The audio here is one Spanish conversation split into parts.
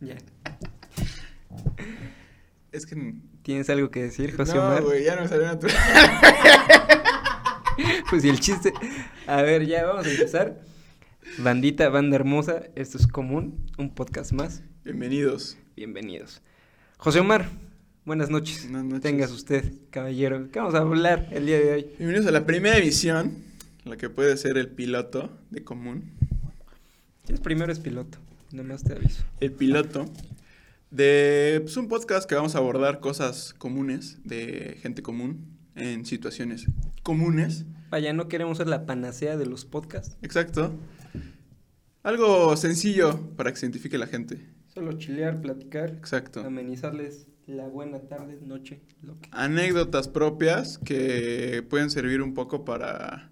Ya. Es que. ¿Tienes algo que decir, José no, Omar? güey, ya no me salió natural. Pues y el chiste. A ver, ya vamos a empezar. Bandita, banda hermosa, esto es común, un podcast más. Bienvenidos. Bienvenidos. José Omar, buenas noches. Buenas noches. Tengas usted, caballero. ¿Qué vamos a hablar el día de hoy? Bienvenidos a la primera edición, la que puede ser el piloto de común. Si es primero es piloto, nomás te aviso. El piloto de pues, un podcast que vamos a abordar cosas comunes de gente común en situaciones comunes. Vaya, no queremos ser la panacea de los podcasts. Exacto. Algo sencillo para que se identifique la gente. Solo chilear, platicar, Exacto. amenizarles la buena tarde, noche, lo que. Anécdotas propias que pueden servir un poco para.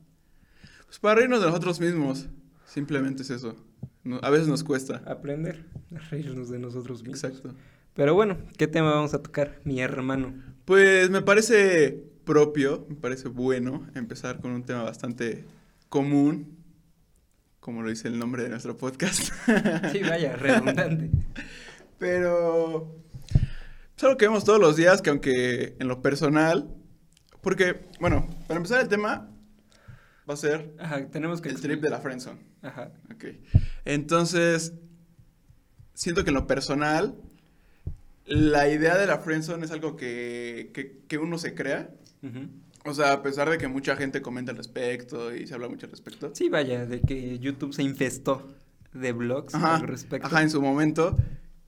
Pues para reírnos de nosotros mismos. Simplemente es eso. No- a veces nos cuesta. Aprender a reírnos de nosotros mismos. Exacto. Pero bueno, ¿qué tema vamos a tocar, mi hermano? Pues me parece propio, me parece bueno empezar con un tema bastante común, como lo dice el nombre de nuestro podcast. Sí, vaya, redundante. Pero es algo que vemos todos los días, que aunque en lo personal, porque, bueno, para empezar el tema va a ser Ajá, tenemos que... el trip de la friendzone. Ajá. Ok. Entonces, siento que en lo personal, la idea de la friendzone es algo que, que, que uno se crea. Ujú. O sea, a pesar de que mucha gente comenta al respecto y se habla mucho al respecto. Sí, vaya, de que YouTube se infestó de blogs Ajá, al respecto. ajá, en su momento.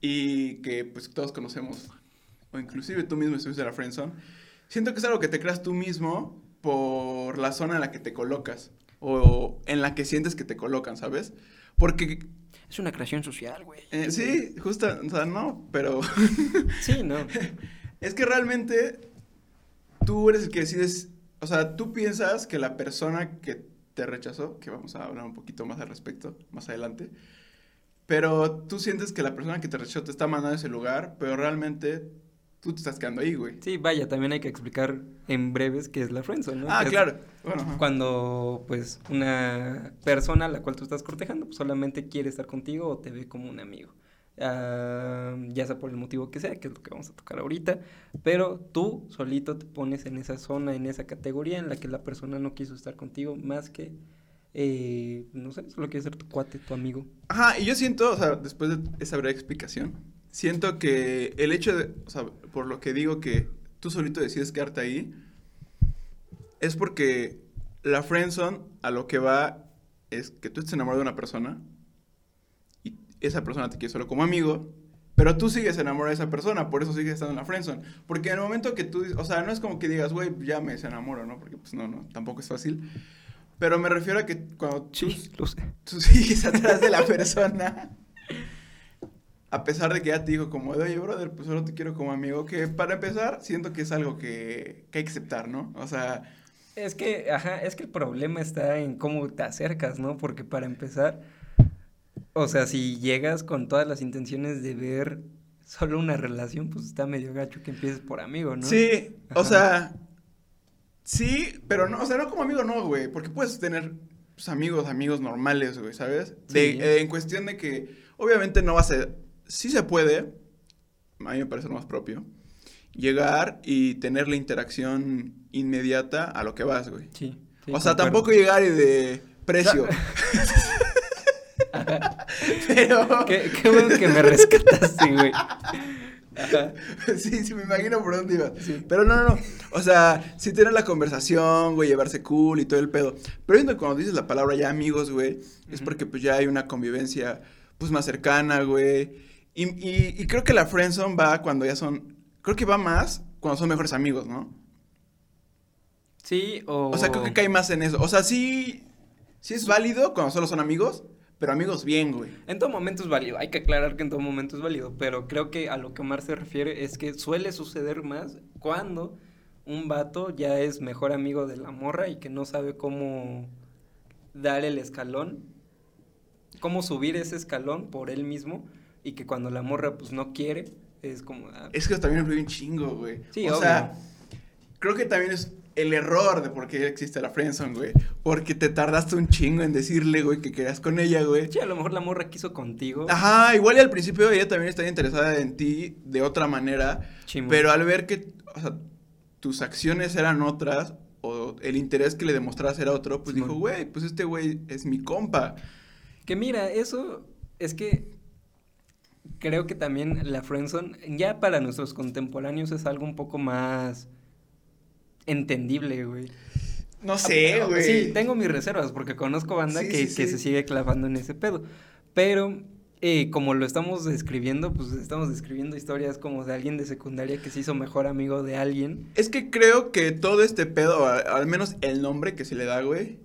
Y que pues todos conocemos. O inclusive tú mismo estuviste en la friendzone. Siento que es algo que te creas tú mismo por la zona en la que te colocas. O en la que sientes que te colocan, ¿sabes? Porque... Es una creación social, güey. eh, sí, justo, o sea, no, pero... Sí, no. Es que realmente tú eres el que decides, o sea, tú piensas que la persona que te rechazó, que vamos a hablar un poquito más al respecto más adelante, pero tú sientes que la persona que te rechazó te está mandando a ese lugar, pero realmente tú te estás quedando ahí, güey. Sí, vaya, también hay que explicar en breves qué es la friendzone, ¿no? ah, Que es claro. Bueno, ajá. Cuando, pues, una persona a la cual tú estás cortejando pues, solamente quiere estar contigo o te ve como un amigo. Ah, ya sea por el motivo que sea, que es lo que vamos a tocar ahorita, pero tú solito te pones en esa zona, en esa categoría en la que la persona no quiso estar contigo más que, eh, no sé, solo quiere ser tu cuate, tu amigo. Ajá, y yo siento, o sea, después de esa breve explicación, siento que el hecho de, o sea, por lo que digo que tú solito decides quedarte ahí, es porque la friendzone a lo que va es que tú estás enamorado de una persona y esa persona te quiere solo como amigo, pero tú sigues enamorado de esa persona, por eso sigues estando en la friendzone. Porque en el momento que tú, dices- o sea, no es como que digas, güey, ya me desenamoro, ¿no? Porque pues no, no, tampoco es fácil. Pero me refiero a que cuando tú Sí, lo sé. tú sigues atrás de la persona. A pesar de que ya te dijo como, oye, brother, pues solo te quiero como amigo, que para empezar siento que es algo que, que hay que aceptar, ¿no? O sea, Es que, ajá, es que el problema está en cómo te acercas, ¿no? Porque para empezar, o sea, si llegas con todas las intenciones de ver solo una relación, pues está medio gacho que empieces por amigo, ¿no? sí, o Ajá. sea, sí, pero no, o sea, no como amigo, no, güey, porque puedes tener pues, amigos, amigos normales, güey, ¿sabes? De- Sí. eh, en cuestión de que, obviamente no vas a, sí se puede, a mí me parece lo más propio, llegar y tener la interacción inmediata a lo que vas, güey. Sí. sí, o sea, concuerdo. tampoco llegar y de precio. Pero. Qué, qué bueno que me rescataste, güey. Ajá. Sí, sí, me imagino por dónde iba. Sí. Pero no, no, no. O sea, sí tener la conversación, güey, llevarse cool y todo el pedo. Pero siento que cuando dices la palabra ya amigos, güey, es Ujú. porque pues ya hay una convivencia, pues más cercana, güey. Y, y, y creo que la friendzone va cuando ya son. Creo que va más cuando son mejores amigos, ¿no? Sí, o... O sea, creo que cae más en eso. O sea, sí. Sí es válido cuando solo son amigos, pero amigos bien, güey. En todo momento es válido, hay que aclarar que en todo momento es válido, pero creo que a lo que Omar se refiere es que suele suceder más cuando un vato ya es mejor amigo de la morra y que no sabe cómo dar el escalón, cómo subir ese escalón por él mismo y que cuando la morra pues no quiere, es como... ah, Es que también influye un chingo, güey. Sí, o obvio. sea, creo que también es el error de por qué existe la friendzone, güey. Porque te tardaste un chingo en decirle, güey, que querías con ella, güey. Sí, pues, a lo mejor la morra quiso contigo. Ajá, igual y al principio ella también estaba interesada en ti de otra manera. Chimón. Pero al ver que, o sea, tus acciones eran otras o el interés que le demostrabas era otro, pues Simón. dijo, güey, pues este güey es mi compa. Que mira, eso es que creo que también la friendzone ya para nuestros contemporáneos es algo un poco más entendible, güey. No sé, güey. Ah, Sí, tengo mis reservas porque conozco banda Sí, que, sí, que sí. se sigue clavando en ese pedo. Pero eh, como lo estamos describiendo, pues estamos describiendo historias como de alguien de secundaria que se hizo mejor amigo de alguien. Es que creo que todo este pedo, a- al menos el nombre que se le da, güey,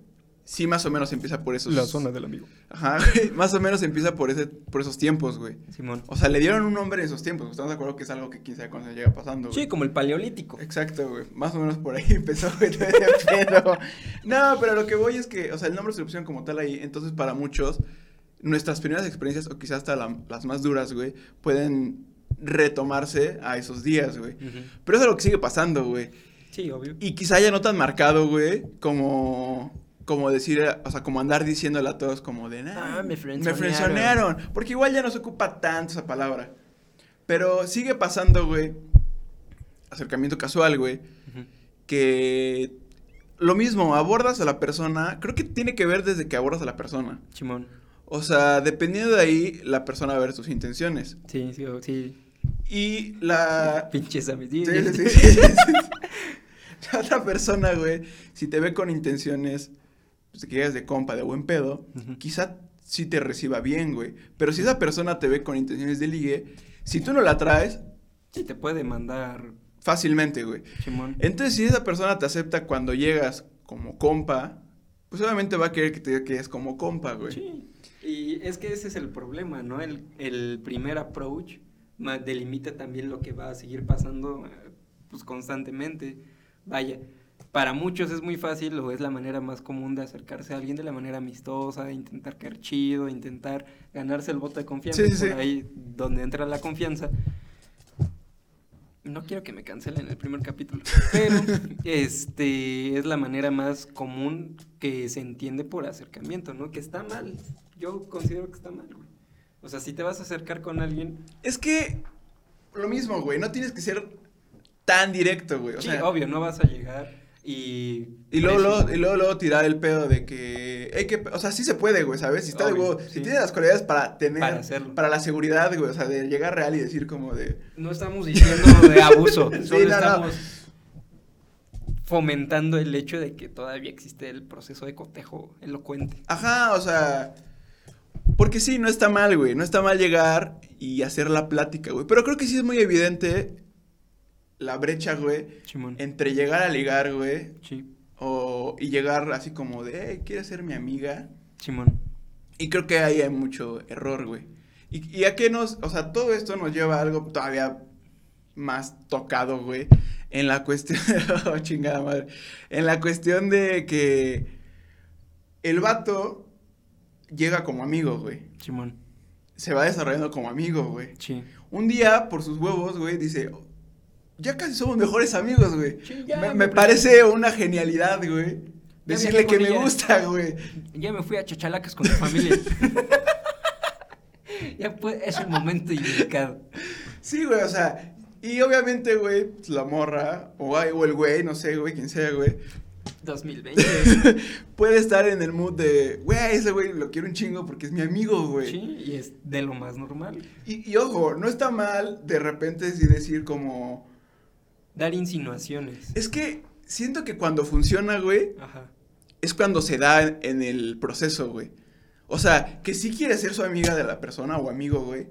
sí más o menos empieza por esos... del amigo. Ajá, güey, más o menos empieza por, ese, por esos tiempos, güey. Simón. O sea, le dieron un nombre en esos tiempos. Estamos de acuerdo que es algo que quién sabe cuándo llega pasando, güey. Sí, como el paleolítico. Exacto, güey. Más o menos por ahí empezó, güey, todo ese pedo. No, pero lo que voy es que, o sea, el nombre se lo pusieron como tal ahí. Entonces, para muchos, nuestras primeras experiencias, o quizás hasta la- las más duras, güey, pueden retomarse a esos días, güey. Ujú. Pero eso es lo que sigue pasando, güey. Sí, obvio. Y quizá ya no tan marcado, güey, como... Como decir, o sea, como andar diciéndole a todos como de nada. Ah, me Me frenzonearon". frenzonearon. Porque igual ya no se ocupa tanto esa palabra. Pero sigue pasando, güey. Acercamiento casual, güey. Ujú. Que lo mismo, abordas a la persona. Creo que tiene que ver desde que abordas a la persona. Simón. O sea, dependiendo de ahí, la persona va a ver sus intenciones. Sí, sí, o- sí. Y la. Pinches Sí, amigos. sí, sí, sí, sí, sí. La otra persona, güey, si te ve con intenciones pues, de que llegas de compa, de buen pedo, Ujú. quizá sí te reciba bien, güey. Pero si esa persona te ve con intenciones de ligue, si tú no la traes, Sí, te puede mandar fácilmente, güey. Simón. Entonces, si esa persona te acepta cuando llegas como compa, pues obviamente va a querer que te diga que es como compa, güey. Sí. Y es que ese es el problema, ¿no? El, el primer approach ma- delimita también lo que va a seguir pasando eh, pues constantemente. Vaya, para muchos es muy fácil o es la manera más común de acercarse a alguien de la manera amistosa, de intentar caer chido, intentar ganarse el voto de confianza. Sí, Sí, sí, sí. Ahí donde entra la confianza. No quiero que me cancelen el primer capítulo, pero este es la manera más común que se entiende por acercamiento, ¿no? Que está mal. Yo considero que está mal, güey. O sea, si te vas a acercar con alguien, Es que lo mismo, güey, no tienes que ser tan directo, güey. O sí, sea, obvio, no vas a llegar y Y luego, luego, presionar. y luego, luego tirar el pedo de que, "Ey, qué pe-". O sea, sí se puede, güey, ¿sabes? Si está de Obvio, huevo, si sí. tienes las cualidades para tener. Para hacerlo. para la seguridad, güey. O sea, de llegar real y decir como de. no estamos diciendo de abuso, Sí, solo no, no. estamos fomentando el hecho de que todavía existe el proceso de cotejo elocuente. Ajá, o sea. Porque sí, no está mal, güey. No está mal llegar y hacer la plática, güey. Pero creo que sí es muy evidente la brecha, güey, Chimón. entre llegar a ligar, güey, Sí, o, y llegar así como de, "Ey, ¿quieres ser mi amiga? Chimón. Y creo que ahí hay mucho error, güey. ¿Y, y a qué nos.? O sea, todo esto nos lleva a algo todavía más tocado, güey. En la cuestión. oh, chingada madre. En la cuestión de que. El vato llega como amigo, güey. Chimón. Se va desarrollando como amigo, güey. Sí. Un día, por sus huevos, güey, dice. Ya casi somos mejores amigos, güey. Sí, ya me, me me pre- parece una genialidad, güey. Ya Decirle viajé que con me ella. gusta, güey. Ya me fui a chachalacas con mi familia. ya pues, es el momento indicado. Sí, güey, o sea, y obviamente, güey, pues, la morra, o, ay, o el güey, no sé, güey, quien sea, güey, 2020. puede estar en el mood de, güey, ese güey lo quiero un chingo porque es mi amigo, güey. Sí, y es de lo más normal. Y, y ojo, no está mal de repente sí decir como, Dar insinuaciones. es que siento que cuando funciona, güey, Ajá. es cuando se da en, en el proceso, güey. O sea, que sí quiere ser su amiga de la persona o amigo, güey.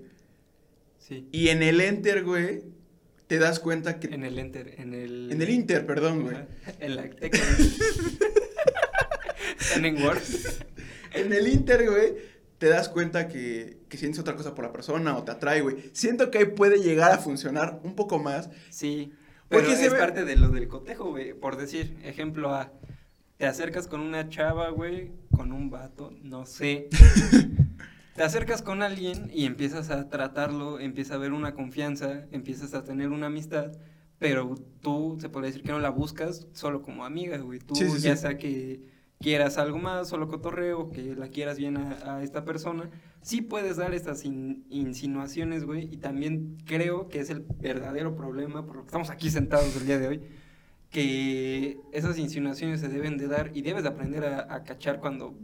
Sí. Y en el enter, güey, te das cuenta que... En el enter, en el. en el inter, perdón, güey. Ajá, En la tecla. Están en Word. En el Inter, güey, te das cuenta que, que sientes otra cosa por la persona o te atrae, güey. Siento que ahí puede llegar a funcionar un poco más. Sí. Porque Pero se es ve- parte de lo del cotejo, güey. Por decir, ejemplo A. Te acercas con una chava, güey, con un vato, no sé. Te acercas con alguien y empiezas a tratarlo, empieza a haber una confianza, empiezas a tener una amistad, pero tú se podría decir que no la buscas solo como amiga, güey. Tú Sí, sí, ya sí. sea que quieras algo más, solo cotorreo, que la quieras bien a, a esta persona, sí puedes dar estas in- insinuaciones, güey, y también creo que es el verdadero problema por lo que estamos aquí sentados el día de hoy, que esas insinuaciones se deben de dar y debes de aprender a, a cachar cuando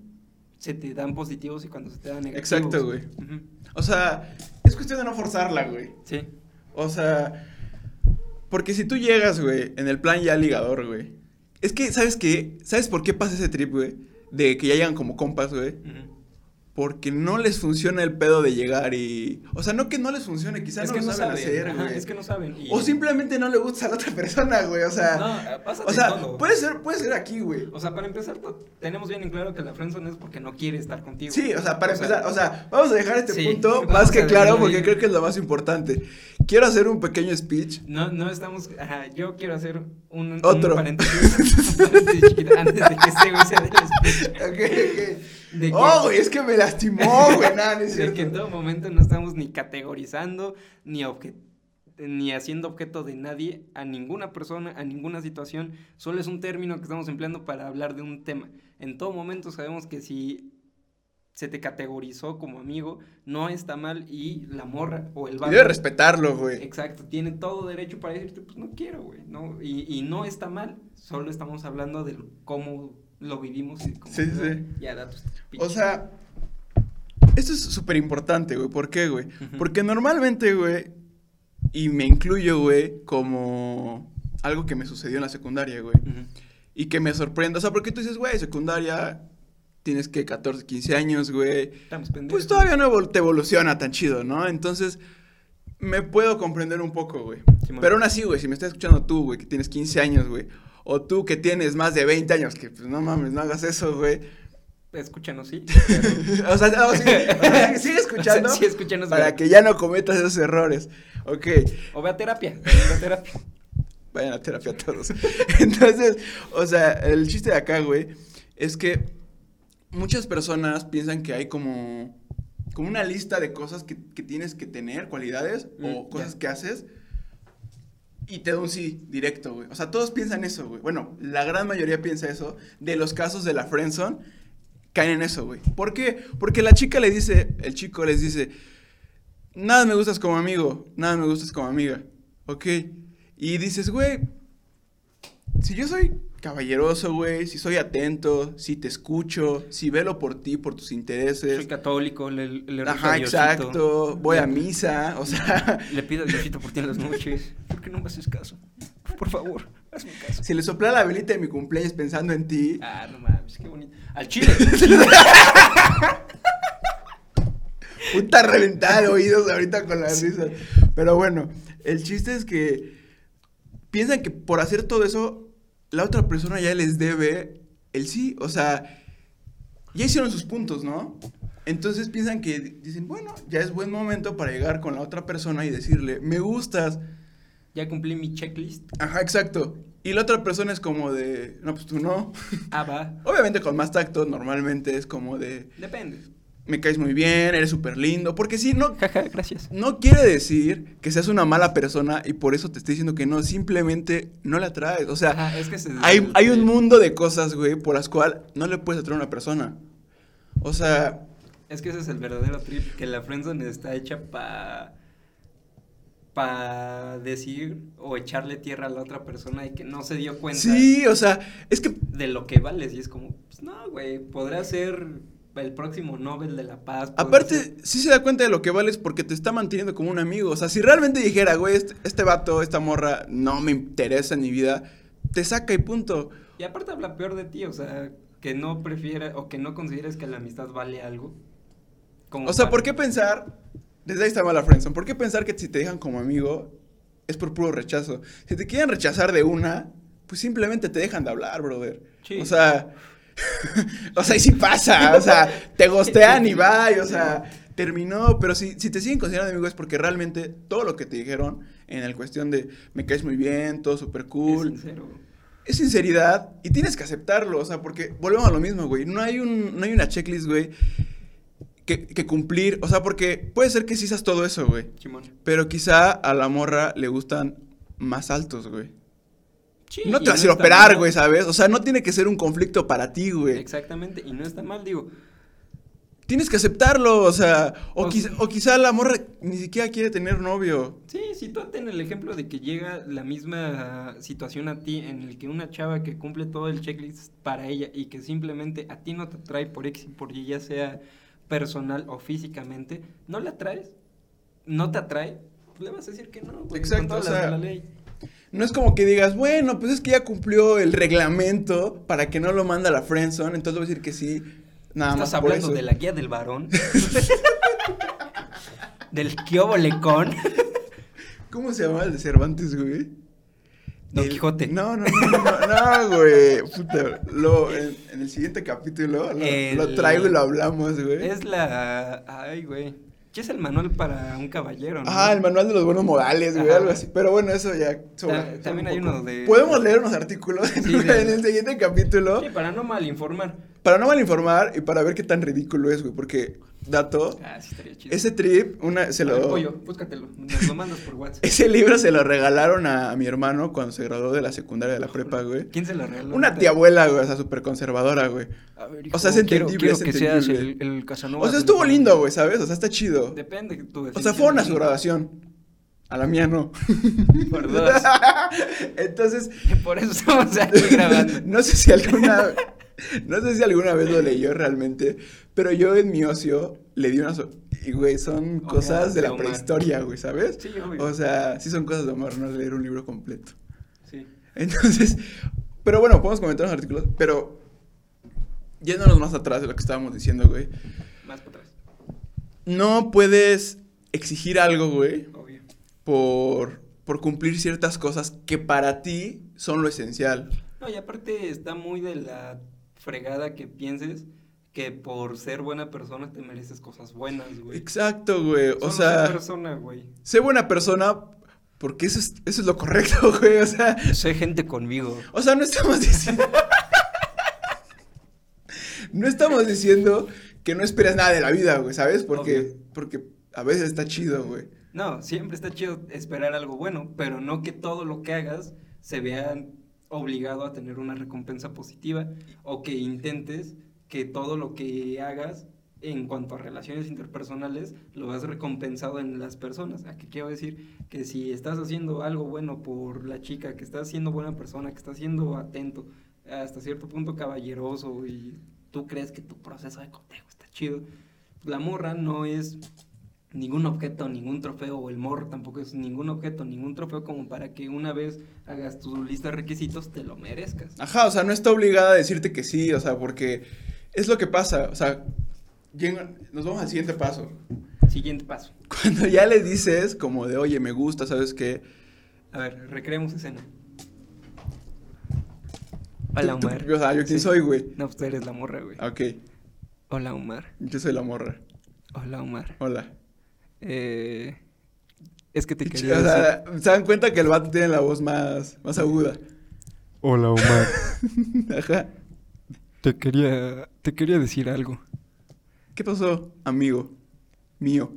se te dan positivos y cuando se te dan negativos. Exacto, güey. Ujú. O sea, es cuestión de no forzarla, güey. Sí, O sea, porque si tú llegas, güey, en el plan ya ligador, güey. Es que, ¿sabes qué? ¿Sabes por qué pasa ese trip, güey? De que ya llegan como compas, güey. ujú. Porque no les funciona el pedo de llegar y... O sea, no que no les funcione, quizás no lo saben, hacer, ajá, güey. es que no saben. y- O simplemente no le gusta a la otra persona, güey. O sea, No, pásate o sea, todo. puede ser, puede ser aquí, güey. O sea, para empezar, to- tenemos bien en claro que la friendzone es porque no quiere estar contigo. Sí, o sea, para empezar, o sea, vamos a dejar este sí, punto vamos más que a claro dejarlo porque ahí. creo que es lo más importante. Quiero hacer un pequeño speech. No, no estamos... Ajá, yo quiero hacer un... un Otro. paréntesis, un paréntesis chiquito antes de que este güey se dé el speech. Ok, ok. De que, Oh, güey, es que me lastimó, güey. Nada, no es de que en cierto. todo momento no estamos ni categorizando, ni obje- ni haciendo objeto de nadie, a ninguna persona, a ninguna situación, solo es un término que estamos empleando para hablar de un tema. En todo momento sabemos que si se te categorizó como amigo, no está mal y la morra o el Y vato debe respetarlo, güey. Exacto, tiene todo derecho para decirte, pues no quiero, güey, no, y, y no está mal, solo estamos hablando de cómo lo vivimos y cómo Sí, sí. ya da tus O sea, esto es súper importante, güey. ¿Por qué, güey? Ujú. Porque normalmente, güey, y me incluyo, güey, como algo que me sucedió en la secundaria, güey. Ujú. Y que me sorprenda. O sea, porque tú dices, güey, secundaria, tienes que 14, 15 años, güey. Estamos pendejos. Pues todavía no evol- te evoluciona tan chido, ¿no? Entonces, me puedo comprender un poco, güey. Simón. Pero aún así, güey, si me estás escuchando tú, güey, que tienes 15 años, güey. O tú que tienes más de 20 años, que pues no mames, no hagas eso, güey. Escúchanos, sí. O sea, no, sí, o sea, sigue escuchando sí, escúchanos. para güey. que ya no cometas esos errores. Ok, O ve a terapia. ve a terapia. vayan a terapia todos. Entonces, o sea, el chiste de acá, güey, es que muchas personas piensan que hay como, como una lista de cosas que, que tienes que tener, cualidades Mm, o cosas ya. que haces. Y te da un sí directo, güey. O sea, todos piensan eso, güey. Bueno, la gran mayoría piensa eso. De los casos de la friendzone, caen en eso, güey. ¿Por qué? Porque la chica le dice, el chico les dice, nada me gustas como amigo, nada me gustas como amiga, ¿ok? Y dices, güey, si yo soy caballeroso, güey, si soy atento, si te escucho, si velo por ti, por tus intereses, Soy católico, le, le rezo a ajá, Diosito. exacto, voy a misa, o sea, Le pido a Diosito por ti en las noches. ¿Por qué no me haces caso? Por favor, hazme caso. si le sopla la velita de mi cumpleaños pensando en ti, Ah, no mames, qué bonito. Al chile. Puta reventar oídos ahorita con las risas. Pero bueno, el chiste es que piensan que por hacer todo eso, la otra persona ya les debe el sí. O sea, ya hicieron sus puntos, ¿no? Entonces piensan que dicen, bueno, ya es buen momento para llegar con la otra persona y decirle, me gustas. Ya cumplí mi checklist. Ajá, exacto. Y la otra persona es como de, no, pues tú no. Ah, va. Obviamente con más tacto, normalmente es como de, Depende. me caes muy bien, eres súper lindo. Porque sí, no, Jaja, gracias. no quiere decir que seas una mala persona y por eso te estoy diciendo que no, simplemente no la atraes. O sea, Ajá, es que se- hay, hay un mundo de cosas, güey, por las cuales no le puedes atraer a una persona. O sea, Es que ese es el verdadero trip, que la friendzone está hecha para pa decir o echarle tierra a la otra persona y que no se dio cuenta sí, o sea, es que de lo que vales. Y es como, pues no, güey, podrá ser el próximo Nobel de la Paz. podrá aparte ser- sí se da cuenta de lo que vales porque te está manteniendo como un amigo. O sea, si realmente dijera, güey, este, este vato, esta morra, no me interesa en mi vida, te saca y punto. Y aparte habla peor de ti, o sea, que no prefiera o que no consideres que la amistad vale algo. Como O sea, para- ¿por qué pensar? Desde ahí está mala Friendson. ¿Por qué pensar que si te dejan como amigo es por puro rechazo? Si te quieren rechazar de una, pues simplemente te dejan de hablar, brother. Sí. O sea, o sea, y si pasa, o sea, te gostean y bye, o sea, terminó. Pero si, si te siguen considerando amigo es porque realmente todo lo que te dijeron en el cuestión de me caes muy bien, todo súper Es cool, sincero. es sinceridad y tienes que aceptarlo, o sea, porque volvemos a lo mismo, güey. No hay, un, no hay una checklist, güey, que, que cumplir, o sea, porque puede ser que sí seas todo eso, güey. Simón. Pero quizá a la morra le gustan más altos, güey. Sí, no y te vas a ir a está operar, mal. güey, ¿sabes? O sea, no tiene que ser un conflicto para ti, güey. Exactamente, y no está mal, digo. Tienes que aceptarlo, o sea, o, O quiz- sea- o quizá la morra ni siquiera quiere tener novio. Sí, sitúate en el ejemplo de que llega la misma situación a ti en el que una chava que cumple todo el checklist para ella y que simplemente a ti no te atrae por X y por Y, ya sea personal o físicamente, no la atraes, no te atrae, Pues le vas a decir que no, güey, con Exacto, todas o las de sea, la ley. No es como que digas, bueno, pues es que ya cumplió el reglamento para que no lo manda a la friendzone, entonces voy a decir que sí, nada más Estás por hablando eso. de la guía del varón. del quiobolecón. ¿Cómo se llama el de Cervantes, güey? Don El- Quijote. No, no, no, no, no, no, güey. Puta, lo, en, en el siguiente capítulo lo, El- lo traigo y lo hablamos, güey. Es la. Ay, güey. ¿Qué es el manual para un caballero? no? Ah, el manual de los buenos modales, güey, Ajá. algo así. Pero bueno, eso ya. Ta- sobra, sobra también un hay poco. uno de- Podemos leer unos artículos Sí, de- en el siguiente capítulo Sí, para no malinformar. para no malinformar y para ver qué tan ridículo es, güey. Porque, dato, Ah, sí, estaría chido. ese trip, una, se A ver, lo. Pollo, búscatelo. Nos lo mandas por WhatsApp. Ese libro se lo regalaron a, a mi hermano cuando se graduó de la secundaria de la prepa, güey. ¿Quién se lo regaló? Una tía abuela, güey, o sea, súper conservadora, güey. A ver, O sea, es quiero- entendible, Quiero, es que seas el, entendible. el Casanova. O sea, del estuvo pueblo. lindo, güey, ¿sabes? O sea, está chido. Depende de tu O sea, definición fueron a de su lindo. graduación. A la mía no. Por dos. Entonces, Por eso estamos aquí grabando. no sé si alguna no sé si alguna vez lo leyó realmente, pero yo en mi ocio le di una so- y güey, son Ojeadas cosas de de la Omar. prehistoria, güey, ¿sabes? Sí, obvio. O sea, sí son cosas de amor, no es leer un libro completo. Sí. Entonces, pero bueno, podemos comentar los artículos, pero yéndonos más atrás de lo que estábamos diciendo, güey. Más para atrás. No puedes exigir algo, güey, Obvio. por por cumplir ciertas cosas que para ti son lo esencial. No, y aparte está muy de la fregada que pienses que por ser buena persona te mereces cosas buenas, güey. Exacto, güey. O Solo sea, sé persona, güey. sé buena persona porque eso es, eso es lo correcto, güey. O sea, Sé gente conmigo. o sea, no estamos diciendo. no estamos diciendo que no esperas nada de la vida, güey, ¿sabes? Porque, porque a veces está chido, güey. No, siempre está chido esperar algo bueno, pero no que todo lo que hagas se vea obligado a tener una recompensa positiva o que intentes que todo lo que hagas en cuanto a relaciones interpersonales lo vas recompensado en las personas. Aquí quiero decir que si estás haciendo algo bueno por la chica, que estás siendo buena persona, que estás siendo atento, hasta cierto punto caballeroso y tú crees que tu proceso de cotejo está chido, la morra no es ningún objeto, ningún trofeo, o el morro tampoco es ningún objeto, ningún trofeo como para que una vez hagas tu lista de requisitos te lo merezcas. Ajá, o sea, no está obligada a decirte que sí, o sea, porque es lo que pasa, o sea, llegan- nos vamos al siguiente paso. Siguiente paso. Cuando ya le dices como de, oye, me gusta, ¿sabes qué? A ver, recreemos escena. Hola, Tú- tú- Omar. o sea, ¿yo quién Sí. soy, güey? No, pues tú eres la morra, güey. Ok, Hola, Omar. yo soy la morra. Hola, Omar. Hola. Eh, es que te Pinche, quería o sea, decir... se dan cuenta que el vato tiene la voz más, más aguda. Hola Omar, Ajá. te quería, te quería decir algo. ¿Qué pasó, amigo? Mío.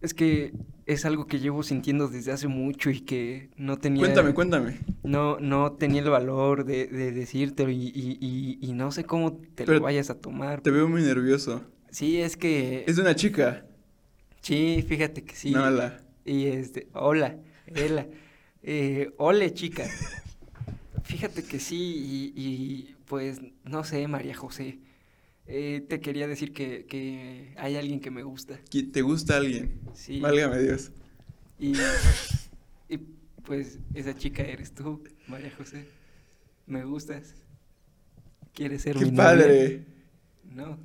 Es que es algo que llevo sintiendo desde hace mucho y que no tenía... Cuéntame, cuéntame. no, no tenía el valor de, de decírtelo y, y- y- y no sé cómo te Pero lo vayas a tomar. Te veo muy nervioso. Sí, es que... Es de una chica. Sí, fíjate que sí. No, la. Y este, hola, hola. Eh, ole, chica. Fíjate que sí y, y, pues no sé, María José. Eh, te quería decir que, que hay alguien que me gusta. que ¿Te gusta alguien? Sí. Válgame Dios. Y, y, pues esa chica eres tú, María José. Me gustas. ¿Quieres ser ¡Qué mi novia? padre! No.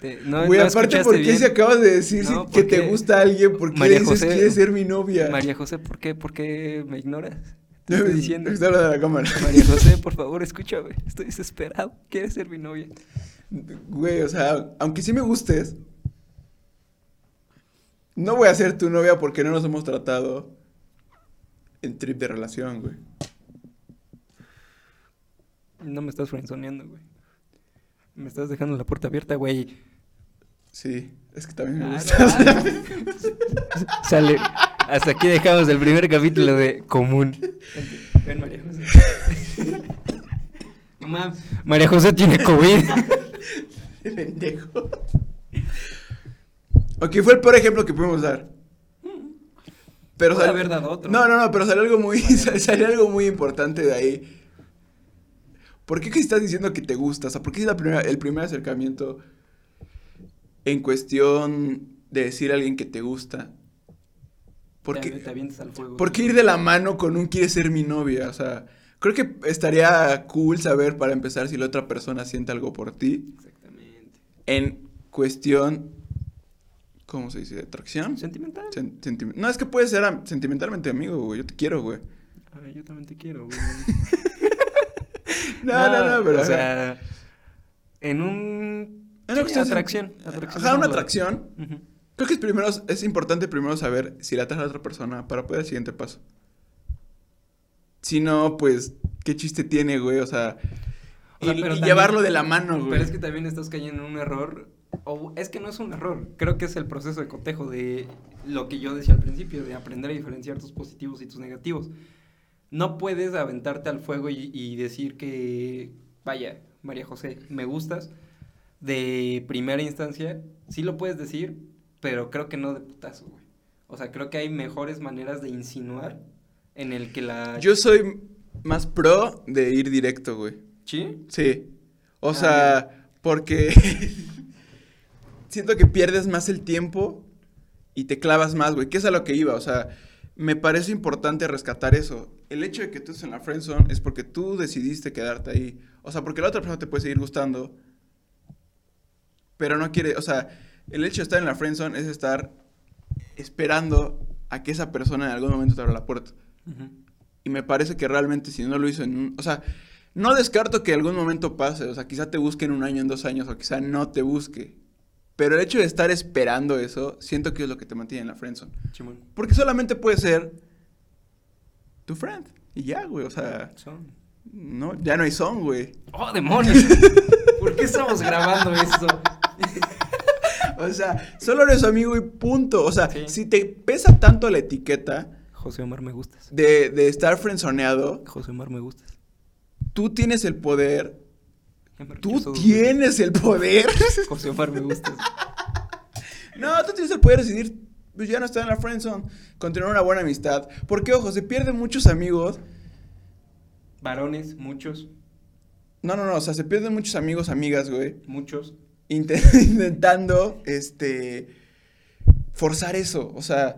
te- no, Güey, no aparte, escuchaste ¿por qué bien. si acabas de decir si- No, que te porque- gusta alguien? ¿Por qué María dices José- quieres ser mi novia? María José, ¿por qué? ¿Por qué me ignoras? Te estoy diciendo. Está hablando de la cámara. María José, por favor, escúchame. Estoy desesperado. ¿Quieres ser mi novia? Güey, o sea, aunque sí me gustes, no voy a ser tu novia porque no nos hemos tratado en trip de relación, güey. No me estás frenzoneando, güey. Me estás dejando la puerta abierta, güey. Sí, es que también me Ah, gustas. no, ah, Sale. Hasta aquí dejamos el primer capítulo de Común. Ven, María José. Mamá, María José tiene COVID. Pendejo. Ok, fue el peor ejemplo que pudimos dar. Pero Puede sal- haber dado otro. No, no, no, pero salió algo muy, sal- salió algo muy importante de ahí. ¿Por qué que estás diciendo que te gusta? O sea, ¿por qué es la primera, el primer acercamiento en cuestión de decir a alguien que te gusta? ¿Por Te- qué, Te avientas al fuego. por qué ir de la mano con un quiere ser mi novia? O sea, creo que estaría cool saber para empezar si la otra persona siente algo por ti Exactamente. en cuestión, ¿cómo se dice? ¿De ¿Atracción? Sentimental. Sen- sentime- no, es que puede ser am- sentimentalmente amigo, güey. Yo te quiero, güey. Ay, yo también te quiero, güey. No, no, no, pero... O sea, en un. es sí, una cuestión sen- atracción. atracción Ajá, una sexual. atracción. Ujú. Creo que es, primero, es importante primero saber si la atrae a la otra persona para poder el siguiente paso. Si no, pues, ¿qué chiste tiene, güey? O sea, O sea, y, pero y también- llevarlo de la mano, güey. Pero es que también estás cayendo en un error. O es que no es un error. Creo que es el proceso de cotejo de lo que yo decía al principio, de aprender a diferenciar tus positivos y tus negativos. No puedes aventarte al fuego y, y decir que, vaya, María José, me gustas. De primera instancia, sí lo puedes decir, pero creo que no de putazo, güey. O sea, creo que hay mejores maneras de insinuar en el que la... Yo soy más pro de ir directo, güey. ¿Sí? Sí. O Ah, sea, porque siento que pierdes más el tiempo y te clavas más, güey. ¿Qué es a lo que iba? O sea, me parece importante rescatar eso. El hecho de que tú estés en la friendzone es porque tú decidiste quedarte ahí. O sea, porque la otra persona te puede seguir gustando, pero no quiere, o sea, el hecho de estar en la friendzone es estar esperando a que esa persona en algún momento te abra la puerta. Ujú. Y me parece que realmente si no lo hizo en un... O sea, no descarto que algún momento pase. O sea, quizá te busque en un año, en dos años, o quizá no te busque. Pero el hecho de estar esperando eso, siento que es lo que te mantiene en la friendzone. Chimón. Porque solamente puede ser tu friend. Y ya, güey. O sea, Son. no, ya no hay son, güey. ¡Oh, demonios! ¿Por qué estamos grabando esto? O sea, solo eres su amigo y punto. O sea, Sí. si te pesa tanto la etiqueta José Omar, me gustas. de, de estar friendzoneado, José Omar, me gustas. tú tienes el poder. Ya me rechazó Tú dos veces. tienes el poder. José Omar, me gustas. No, tú tienes el poder de decidir, pues ya no estar en la friendzone, continuar una buena amistad. Porque, ojo, se pierden muchos amigos. Varones, muchos, No, no, no, o sea, se pierden muchos amigos, amigas, güey. muchos. inte- intentando, este, forzar eso. O sea,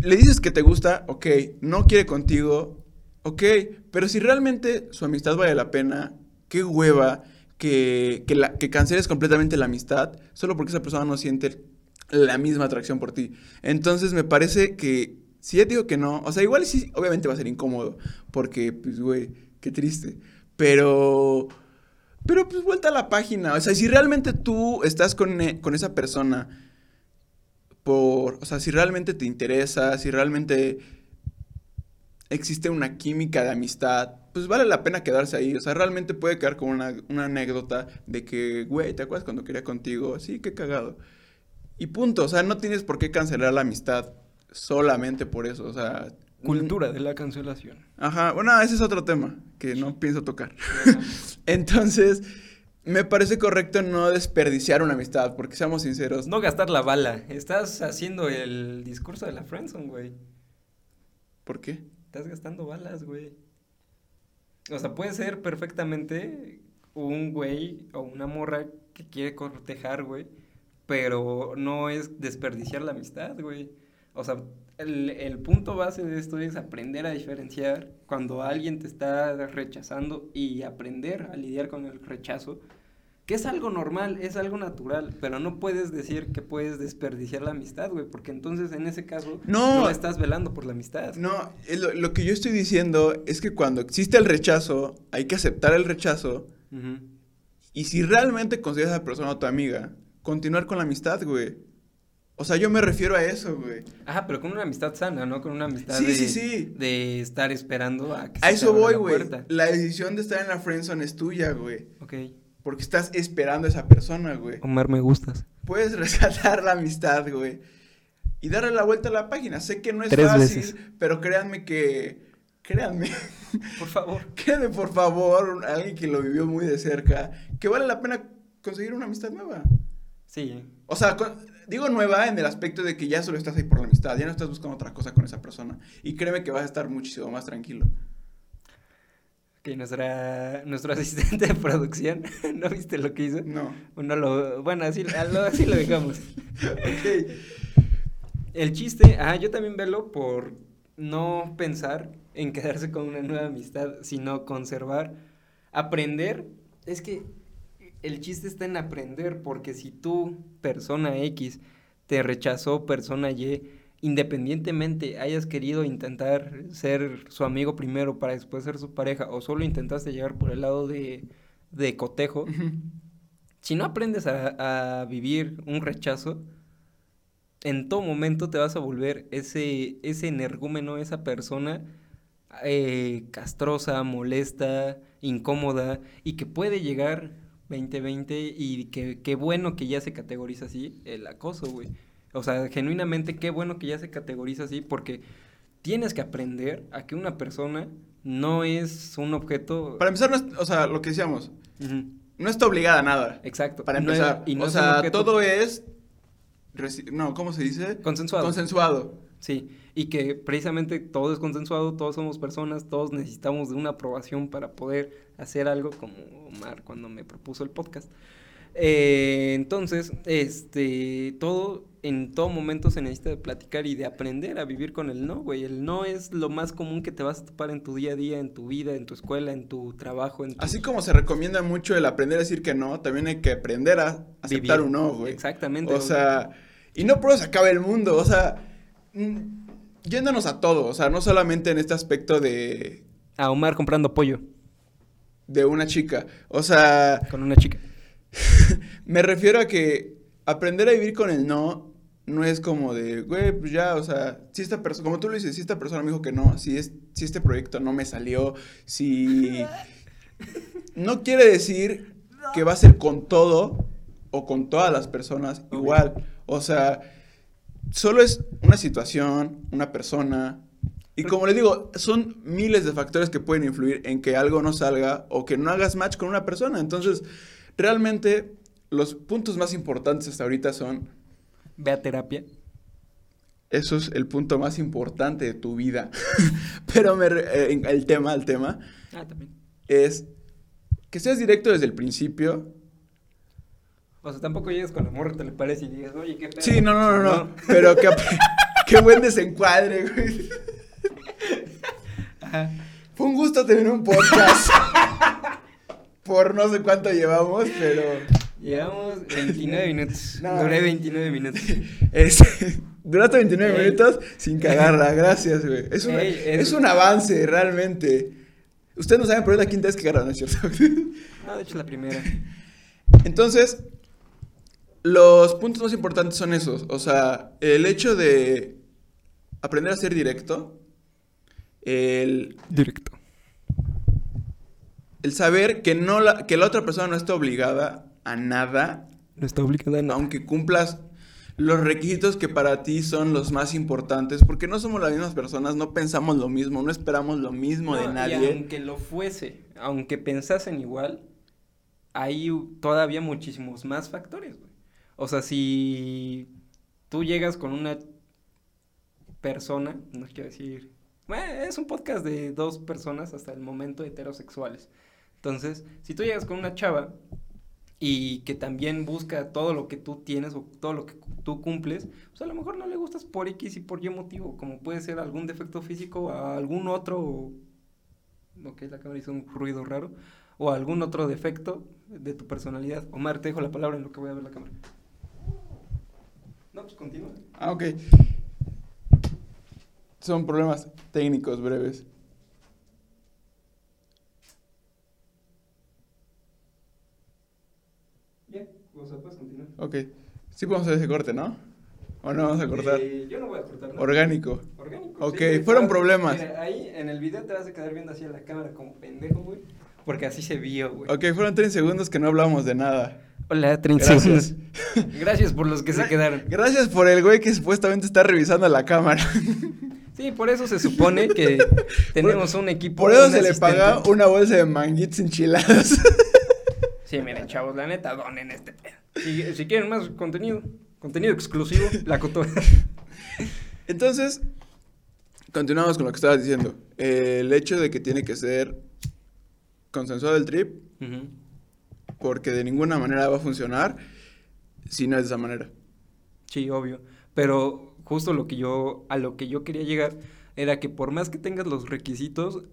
le dices que te gusta, ok, no quiere contigo, ok. Pero si realmente su amistad vale la pena, qué hueva que, que, la, que canceles completamente la amistad solo porque esa persona no siente la misma atracción por ti. Entonces me parece que si ya te digo que no, o sea, igual sí, obviamente va a ser incómodo, porque, pues, güey, qué triste. Pero, pero pues vuelta a la página. O sea, si realmente tú estás con, e- con esa persona, por, o sea, si realmente te interesa, si realmente existe una química de amistad, pues vale la pena quedarse ahí. O sea, realmente puede quedar como una, una anécdota de que, güey, ¿te acuerdas cuando quería contigo? Sí, qué cagado. Y punto. O sea, no tienes por qué cancelar la amistad solamente por eso. O sea... Cultura de la cancelación. Ajá, bueno, ah, ese es otro tema que no pienso tocar. Entonces, me parece correcto no desperdiciar una amistad, porque seamos sinceros. No gastar la bala. Estás haciendo el discurso de la friendzone, güey. ¿Por qué? Estás gastando balas, güey. O sea, puede ser perfectamente un güey o una morra que quiere cortejar, güey. Pero no es desperdiciar la amistad, güey. O sea, el, el punto base de esto es aprender a diferenciar cuando alguien te está rechazando y aprender a lidiar con el rechazo. Que es algo normal, es algo natural, pero no puedes decir que puedes desperdiciar la amistad, güey, porque entonces en ese caso No. estás velando por la amistad. No, eh, lo, lo que yo estoy diciendo es que cuando existe el rechazo, hay que aceptar el rechazo. Ujú. Y si realmente consideras a esa persona tu amiga, continuar con la amistad, güey. O sea, yo me refiero a eso, güey. Ajá, pero con una amistad sana, ¿no? Con una amistad Sí, de, sí, sí. de estar esperando a que A se te eso abra voy, la güey. puerta. La decisión de estar en la friendzone es tuya, güey. Ok. Porque estás esperando a esa persona, güey. Omar, me gustas. Puedes rescatar la amistad, güey. y darle la vuelta a la página. Sé que no es Tres fácil, veces. pero créanme que. Créanme. Por favor. créanme, por favor, alguien que lo vivió muy de cerca, que vale la pena conseguir una amistad nueva. Sí. O sea, con- digo nueva en el aspecto de que ya solo estás ahí por la amistad, ya no estás buscando otra cosa con esa persona. Y créeme que vas a estar muchísimo más tranquilo. Que nuestra, nuestro asistente de producción, ¿no viste lo que hizo? No. No lo, bueno, así, a lo- así lo dejamos. Ok. El chiste, ah, yo también velo por no pensar en quedarse con una nueva amistad, sino conservar, aprender. Es que el chiste está en aprender, porque si tú, persona X, te rechazó persona Y, independientemente hayas querido intentar ser su amigo primero para después ser su pareja, o solo intentaste llegar por el lado de, de cotejo, Ujú. si no aprendes a, a vivir un rechazo, en todo momento te vas a volver ese, ese energúmeno, esa persona eh, castrosa, molesta, incómoda y que puede llegar 2020 y que qué bueno que ya se categoriza así el acoso, güey. O sea, genuinamente qué bueno que ya se categoriza así porque tienes que aprender a que una persona no es un objeto... Para empezar, no es- o sea, lo que decíamos, Ujú, no está obligada a nada. Exacto. Para No es- empezar. y no o es un sea, objeto todo es. reci- No, ¿cómo se dice? consensuado. Consensuado. Sí, y que precisamente todo es consensuado, todos somos personas, todos necesitamos de una aprobación para poder hacer algo, como Omar cuando me propuso el podcast. Eh, entonces, este, todo, en todo momento se necesita de platicar y de aprender a vivir con el no, güey. El no es lo más común que te vas a topar en tu día a día, en tu vida, en tu escuela, en tu trabajo, en tu... Así como se recomienda mucho el aprender a decir que no, también hay que aprender a aceptar vivir. un no, güey. Exactamente. O güey. sea, y no por eso se acaba el mundo, o sea, mm, yéndonos a todo, o sea, no solamente en este aspecto de, A Omar comprando pollo de una chica, o sea, con una chica. me refiero a que aprender a vivir con el no no es como de, güey, pues ya, o sea, si esta persona, como tú lo dices, si esta persona me dijo que no, si, es, si este proyecto no me salió, si... No quiere decir que va a ser con todo o con todas las personas Obvio. igual. O sea, solo es una situación, una persona. Y como les digo, son miles de factores que pueden influir en que algo no salga o que no hagas match con una persona. Entonces, realmente los puntos más importantes hasta ahorita son, Ve a terapia. eso es el punto más importante de tu vida. Pero me re- eh, en- el tema, el tema Ah, también. es que seas directo desde el principio O sea, tampoco llegues con la morra, te le parece y digas, oye, qué pedo. Sí, no, no, no, no. Pero qué, qué buen desencuadre, güey. Ajá. Fue un gusto tener un podcast. Por no sé cuánto llevamos, pero. Llevamos 29 minutos. No. Duré 29 minutos. es- Este, duraste 29 Ey. minutos sin cagarla. Gracias, güey. Es, un- Ey, es- es un avance, realmente. Ustedes no saben, pero es la quinta vez que agarran, ¿no es cierto? No, de hecho, la primera. Entonces, los puntos más importantes son esos. O sea, el hecho de aprender a ser directo. El Directo. El saber que, no la, que la otra persona no está obligada a nada, No está obligada a aunque cumplas los requisitos que para ti son los más importantes, porque no somos las mismas personas, no pensamos lo mismo, no esperamos lo mismo de No, y nadie. aunque lo fuese, aunque pensasen igual, hay u- todavía muchísimos más factores, güey. O sea, si tú llegas con una persona, no quiero decir, bueno, es un podcast de dos personas hasta el momento heterosexuales. Entonces, si tú llegas con una chava y que también busca todo lo que tú tienes o todo lo que cu- tú cumples, pues a lo mejor no le gustas por X y por Y motivo, como puede ser algún defecto físico, a algún otro, ok, la cámara hizo un ruido raro, o algún otro defecto de tu personalidad. Omar, te dejo la palabra en lo que voy a ver la cámara. No, pues continúa. Ah, ok. Son problemas técnicos breves. Ya, o sea, puedes continuar. Ok. Sí podemos hacer ese corte, ¿no? ¿O no vamos a cortar? Eh, yo no voy a cortar nada. Orgánico. Orgánico. Ok, güey, fueron te vas- problemas. Mira, ahí en el video te vas a quedar viendo así a la cámara como pendejo, güey. Porque así se vio, güey. Ok, fueron 30 segundos que no hablamos de nada. Hola, 30 Gracias. segundos. Gracias por los que se Gra- quedaron. Gracias por el güey que supuestamente está revisando la cámara. Sí, por eso se supone que tenemos un equipo. Por eso un se le paga asistente. una bolsa de manguitos enchiladas. Sí, miren, chavos, la neta, donen este pedo. Si, si quieren más contenido, contenido exclusivo, la cotorra. Entonces, continuamos con lo que estabas diciendo. Eh, el hecho de que tiene que ser consensuado el trip, Ujú. porque de ninguna manera va a funcionar si no es de esa manera. Sí, obvio. Pero justo lo que yo, a lo que yo quería llegar era que por más que tengas los requisitos,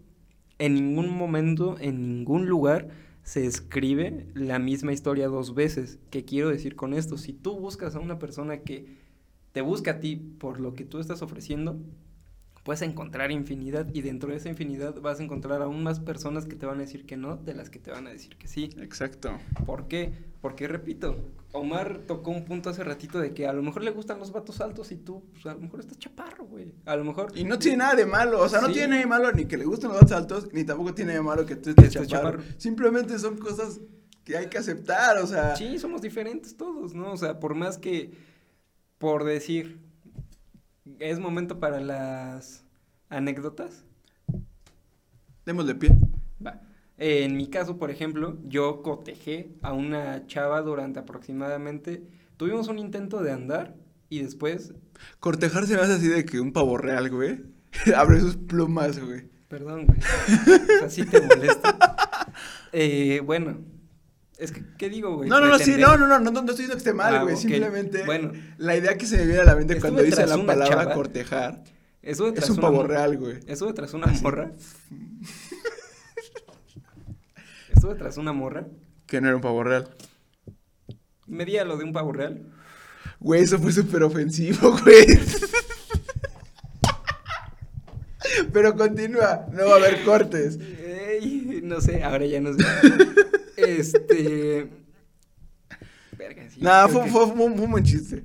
en ningún momento, en ningún lugar, se escribe la misma historia dos veces. ¿Qué quiero decir con esto? Si tú buscas a una persona que te busca a ti por lo que tú estás ofreciendo, puedes encontrar infinidad y dentro de esa infinidad vas a encontrar aún más personas que te van a decir que no de las que te van a decir que sí. Exacto. ¿Por qué? Porque repito, Omar tocó un punto hace ratito de que a lo mejor le gustan los vatos altos y tú, pues a lo mejor estás chaparro, güey. A lo mejor. Y no tiene nada de malo, o sea, no Sí. tiene nada de malo ni que le gusten los datos altos, ni tampoco tiene de malo que tú estés Que estés chaparro. chaparro. Simplemente son cosas que hay que aceptar, o sea. Sí, somos diferentes todos, ¿no? O sea, por más que. Por decir. Es momento para las anécdotas. Démosle pie. Va. Eh, en mi caso, por ejemplo, yo cotejé a una chava durante aproximadamente. Tuvimos un intento de andar y después. Cortejar se me hace así de que un pavo real, güey. Abre sus plumas, güey. Perdón, güey. O sea, sí te molesta. Eh, bueno, es que, ¿qué digo, güey? No, no, no, sí, pues, Pretender. no, no, no, no, no estoy diciendo que esté mal, Ah, güey. ok. Simplemente Bueno. la idea que se me viene a la mente Estuve cuando dice tras la una palabra chava. cortejar Estuve es tras un una pavo mor- real, Ah, güey. Estuve tras una morra. Estuve tras una morra. Que no era un pavo real. Medía lo de un pavo real. Güey, eso fue súper ofensivo, güey. Pero continúa, no va a haber cortes. Ey, no sé, ahora ya no sé. este. Verga, sí, Nada, creo fue, que- fue- fue un fue un buen chiste.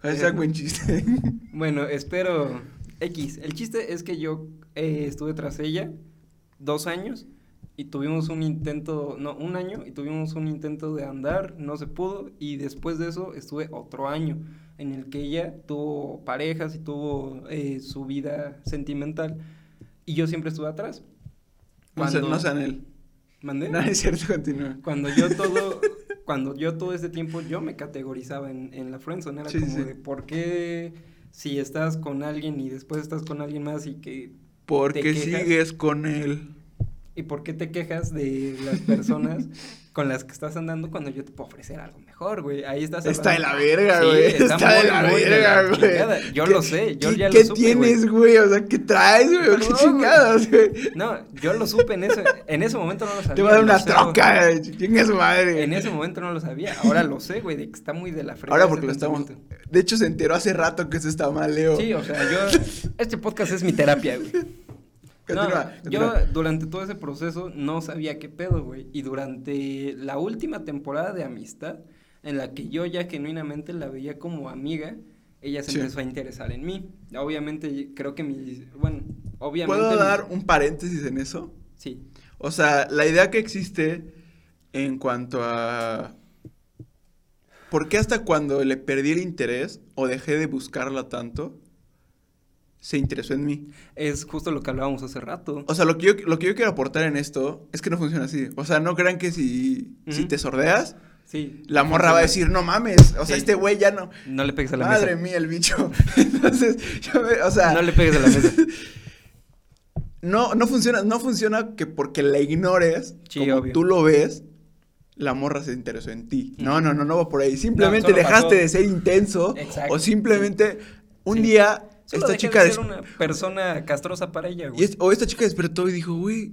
Hashtag Eh. buen chiste. Bueno, espero. X. El chiste es que yo eh, estuve tras ella dos años y tuvimos un intento, no, un año y tuvimos un intento de andar, no se pudo y después de eso estuve otro año en el que ella tuvo parejas y tuvo eh, su vida sentimental y yo siempre estuve atrás. No sean- Cuando- ¿Eh? no sean él. ¿Mandé? No, es cierto, continúa. Cuando yo todo, cuando yo todo este tiempo, yo me categorizaba en, en la friendzone, era Sí, como sí. de, ¿por qué si estás con alguien y después estás con alguien más y que, Porque quejas? sigues con él. y por qué te quejas de las personas con las que estás andando cuando yo te puedo ofrecer algo mejor, güey? Ahí estás. Está de la hablando- verga, Sí, güey. está de muy, la muy de verga, la chingada. güey. Yo ¿Qué- lo sé, yo qué- ya lo ¿Qué supe, güey. tienes, güey? O sea, ¿qué traes, güey? ¿Qué Perdón, chingadas, güey? No, yo lo supe en ese, en ese momento no lo sabía. Te va a dar lo una sé troca, eh. ahora. güey. Chinga su madre. En ese momento no lo sabía, ahora lo sé, güey, de que está muy de la frente. Ahora porque lo estamos. De hecho, se enteró hace rato que eso está mal, Leo. Sí, o sea, yo. Este podcast es mi terapia, güey. Continúa, No, continúa. Yo durante todo ese proceso no sabía qué pedo, güey. Y durante la última temporada de amistad, en la que yo ya genuinamente la veía como amiga, ella se Sí. empezó a interesar en mí. Obviamente, creo que mis. Bueno, obviamente. ¿Puedo mis- dar un paréntesis en eso? Sí. O sea, la idea que existe en cuanto a. ¿Por qué hasta cuando le perdí el interés o dejé de buscarla tanto, se interesó en mí? Es justo lo que hablábamos hace rato. O sea, lo que, yo, lo que yo quiero aportar en esto es que no funciona así. O sea, no crean que si, si Ujú. te sordeas, Sí. la morra va a decir, no mames. O sea, Sí. este güey ya no. No le pegues a la Madre mesa. mía, el bicho. Entonces, yo me- o sea, No le pegues a la mesa. no, no funciona, no funciona que porque la ignores, Sí, como obvio. tú lo ves, la morra se interesó en ti. No, no, no, no va por ahí. Simplemente solo dejaste pasó. de ser intenso Exacto, o simplemente un Sí. día Solo esta dejé de chica ser des- una persona castrosa para ella, güey. y es- o esta chica despertó y dijo, güey,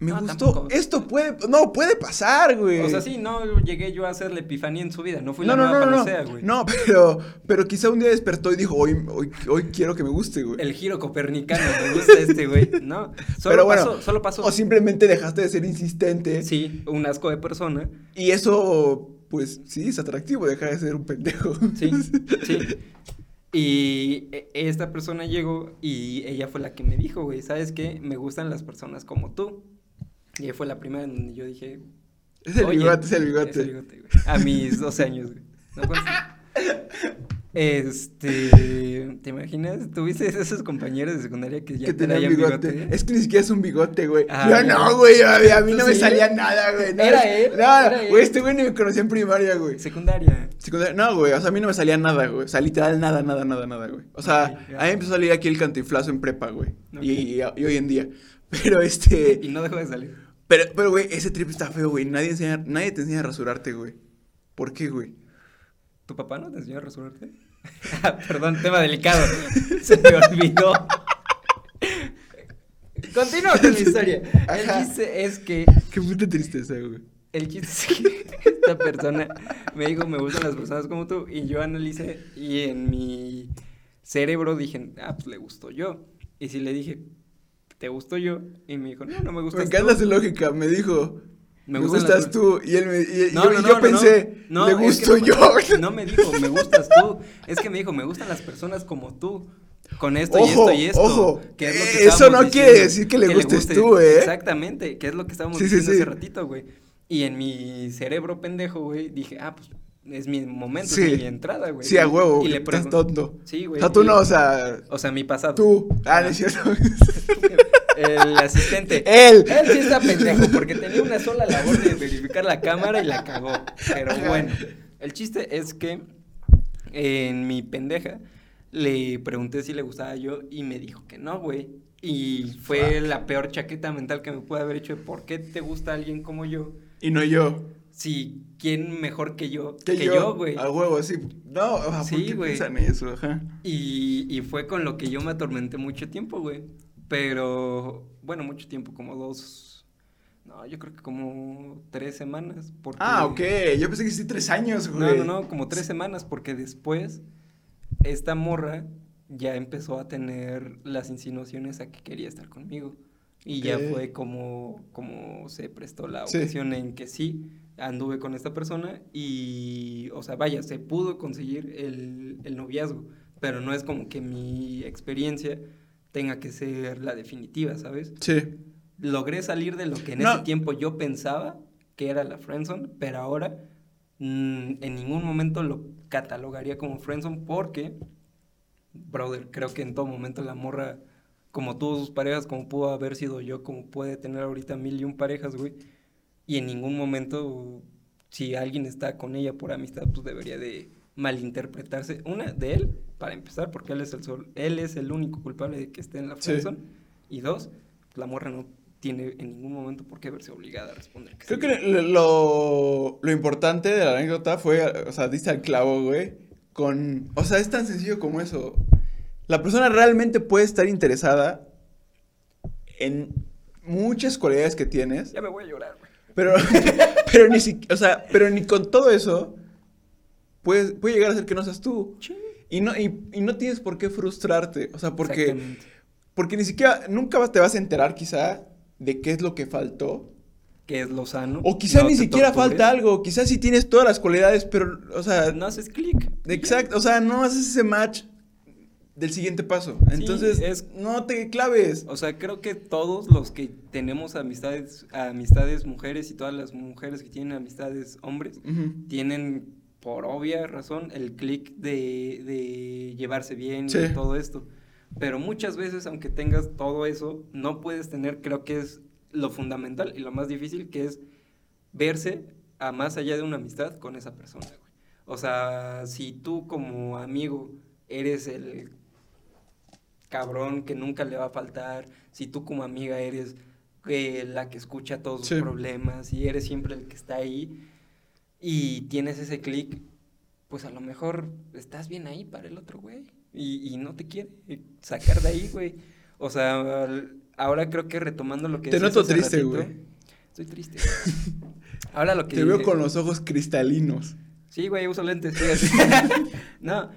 me No, gustó. tampoco. Esto puede, no puede pasar, güey. O sea, sí, no llegué yo a hacer la epifanía en su vida, no fui no, la no, nueva no, no, panacea, no, güey. no, pero, pero quizá un día despertó y dijo, hoy, hoy, hoy quiero que me guste, güey. El giro copernicano, me gusta este güey, ¿no? Solo Pero bueno, pasó, solo pasó. O simplemente dejaste de ser insistente. Sí, un asco de persona. Y eso, pues sí, es atractivo, dejar de ser un pendejo. Sí, sí. Y e- esta persona llegó y ella fue la que me dijo, güey, ¿sabes qué? Me gustan las personas como tú. Y fue la primera en donde yo dije, Es el Oye, bigote, es el bigote. güey. A mis 12 años, güey. No cuenta. Este, ¿te imaginas? ¿Tuviste esos compañeros de secundaria que ya que tenía traían bigote. Es que ni siquiera es un bigote, güey. Ah, yo ya. no, güey. A, a mí no ¿Tú me sí? salía nada, güey. No, Era es- él, era No, él. güey, este güey ni me conocía en primaria, güey. Secundaria. Secundaria- No, güey, o sea, a mí no me salía nada, güey. O sea, literal, nada, nada, nada, nada, güey. O sea, Ok, ya. a mí me empezó a salir aquí el cantiflazo en prepa, güey. Ok. Y, y- y hoy en día. Pero este. Y no dejó de salir. Pero, pero, güey, ese trip está feo, güey. Nadie, enseña- nadie te enseña a rasurarte, güey. ¿Por qué, güey? ¿Tu papá no te enseñó a rasurarte? Ah, Perdón, tema delicado. Se me olvidó. Continúa con mi historia. Ajá. El chiste es que. Qué puta tristeza, güey. El chiste es que esta persona me dijo, me gustan las personas como tú. Y yo analicé y en mi cerebro dije, ah, pues le gustó yo. Y si le dije, ¿te gustó yo? Y me dijo, no, no me Me gustas encanta tú. su lógica. Me dijo, me, gustan gustas las- tú. Y él me. Y, y No, yo, no, y no, yo no, pensé, no. le No, es que gusto no- yo. No me dijo, me gustas tú. Es que me dijo, me gustan las personas como tú. Con esto y Ojo, esto y esto. ojo. que es lo que Eh, eso estábamos no quiere diciendo, decir que le gustes tú, ¿eh? Exactamente, que es lo que estábamos Sí, sí, diciendo sí. hace ratito, güey. Y en mi cerebro pendejo, güey, dije, ah, pues es mi momento, Sí. es mi entrada, güey. Sí, a huevo. Y güey, le Estás pregunto. tonto. Sí, O güey. sea, tú y- no, o sea. O sea, mi pasado. Tú. Ah, no es cierto. Eh, El asistente. Él. Él sí está pendejo porque tenía una sola labor de verificar la cámara y la cagó. Pero Ajá. bueno, el chiste es que en mi pendeja le pregunté si le gustaba yo y me dijo que no, güey. Y fue la peor chaqueta mental que me pude haber hecho de por qué te gusta alguien como yo Y no yo. si quién mejor que yo Que, yo, güey. A huevo, sí. No, o sea, ¿por Sí, qué güey. piensan eso? Ajá. Y, y fue con lo que yo me atormenté mucho tiempo, güey. Pero, bueno, mucho tiempo, como dos. No, yo creo que como tres semanas. Porque, Ah, ok. Yo pensé que sí tres años, No, güey. no, no, como tres semanas, porque después esta morra ya empezó a tener las insinuaciones a que quería estar conmigo. Y ya Ok. fue como, como se prestó la Sí. ocasión en que sí, anduve con esta persona y, o sea, vaya, se pudo conseguir el, el noviazgo, pero no es como que mi experiencia tenga que ser la definitiva, ¿sabes? Sí. logré salir de lo que en No. ese tiempo yo pensaba que era la friendzone, pero ahora mm, en ningún momento lo catalogaría como friendzone porque, brother, creo que en todo momento la morra, como tuvo sus parejas, como pudo haber sido yo, como puede tener ahorita mil y un parejas, güey, y en ningún momento si alguien está con ella por amistad, pues debería de malinterpretarse una de él para empezar porque él es el sol, él es el único culpable de que esté en la Sí. friendzone y dos, la morra no tiene en ningún momento por qué verse obligada a responder que Creo sí. que lo, lo importante de la anécdota fue, o sea, diste al clavo, güey. Con. O sea, es tan sencillo como eso. La persona realmente puede estar interesada en muchas cualidades que tienes. Ya me voy a llorar, güey. Pero, pero ni siquiera, o sea, pero ni con todo eso puedes, puede llegar a ser que no seas tú. Y no, y, y no tienes por qué frustrarte. O sea, porque, Exactamente. porque ni siquiera, nunca vas- te vas a enterar quizá de qué es lo que faltó. Que es lo sano. O quizá no ni te siquiera tortures, falta algo. Quizá sí tienes todas las cualidades, pero, o sea, No haces clic. exacto. O sea, no haces ese match del siguiente paso. Entonces, es- no te claves. O sea, creo que todos los que tenemos amistades, amistades mujeres y todas las mujeres que tienen amistades hombres, Ujú. tienen por obvia razón el clic de, de llevarse bien Sí. y todo esto. Pero muchas veces, aunque tengas todo eso, no puedes tener, creo que es lo fundamental y lo más difícil, que es verse a más allá de una amistad con esa persona. güey. O sea, si tú como amigo eres el cabrón que nunca le va a faltar, si tú como amiga eres eh, la que escucha todos sus Sí. problemas y eres siempre el que está ahí y tienes ese clic, pues a lo mejor estás bien ahí para el otro güey y, y no te quiere sacar de ahí, güey. O sea, al- ahora creo que retomando lo que Te decías noto hace triste, ratito, güey. Estoy triste. güey. Ahora lo que Te veo con los ojos cristalinos. Sí, güey, uso lentes. sí, así. no,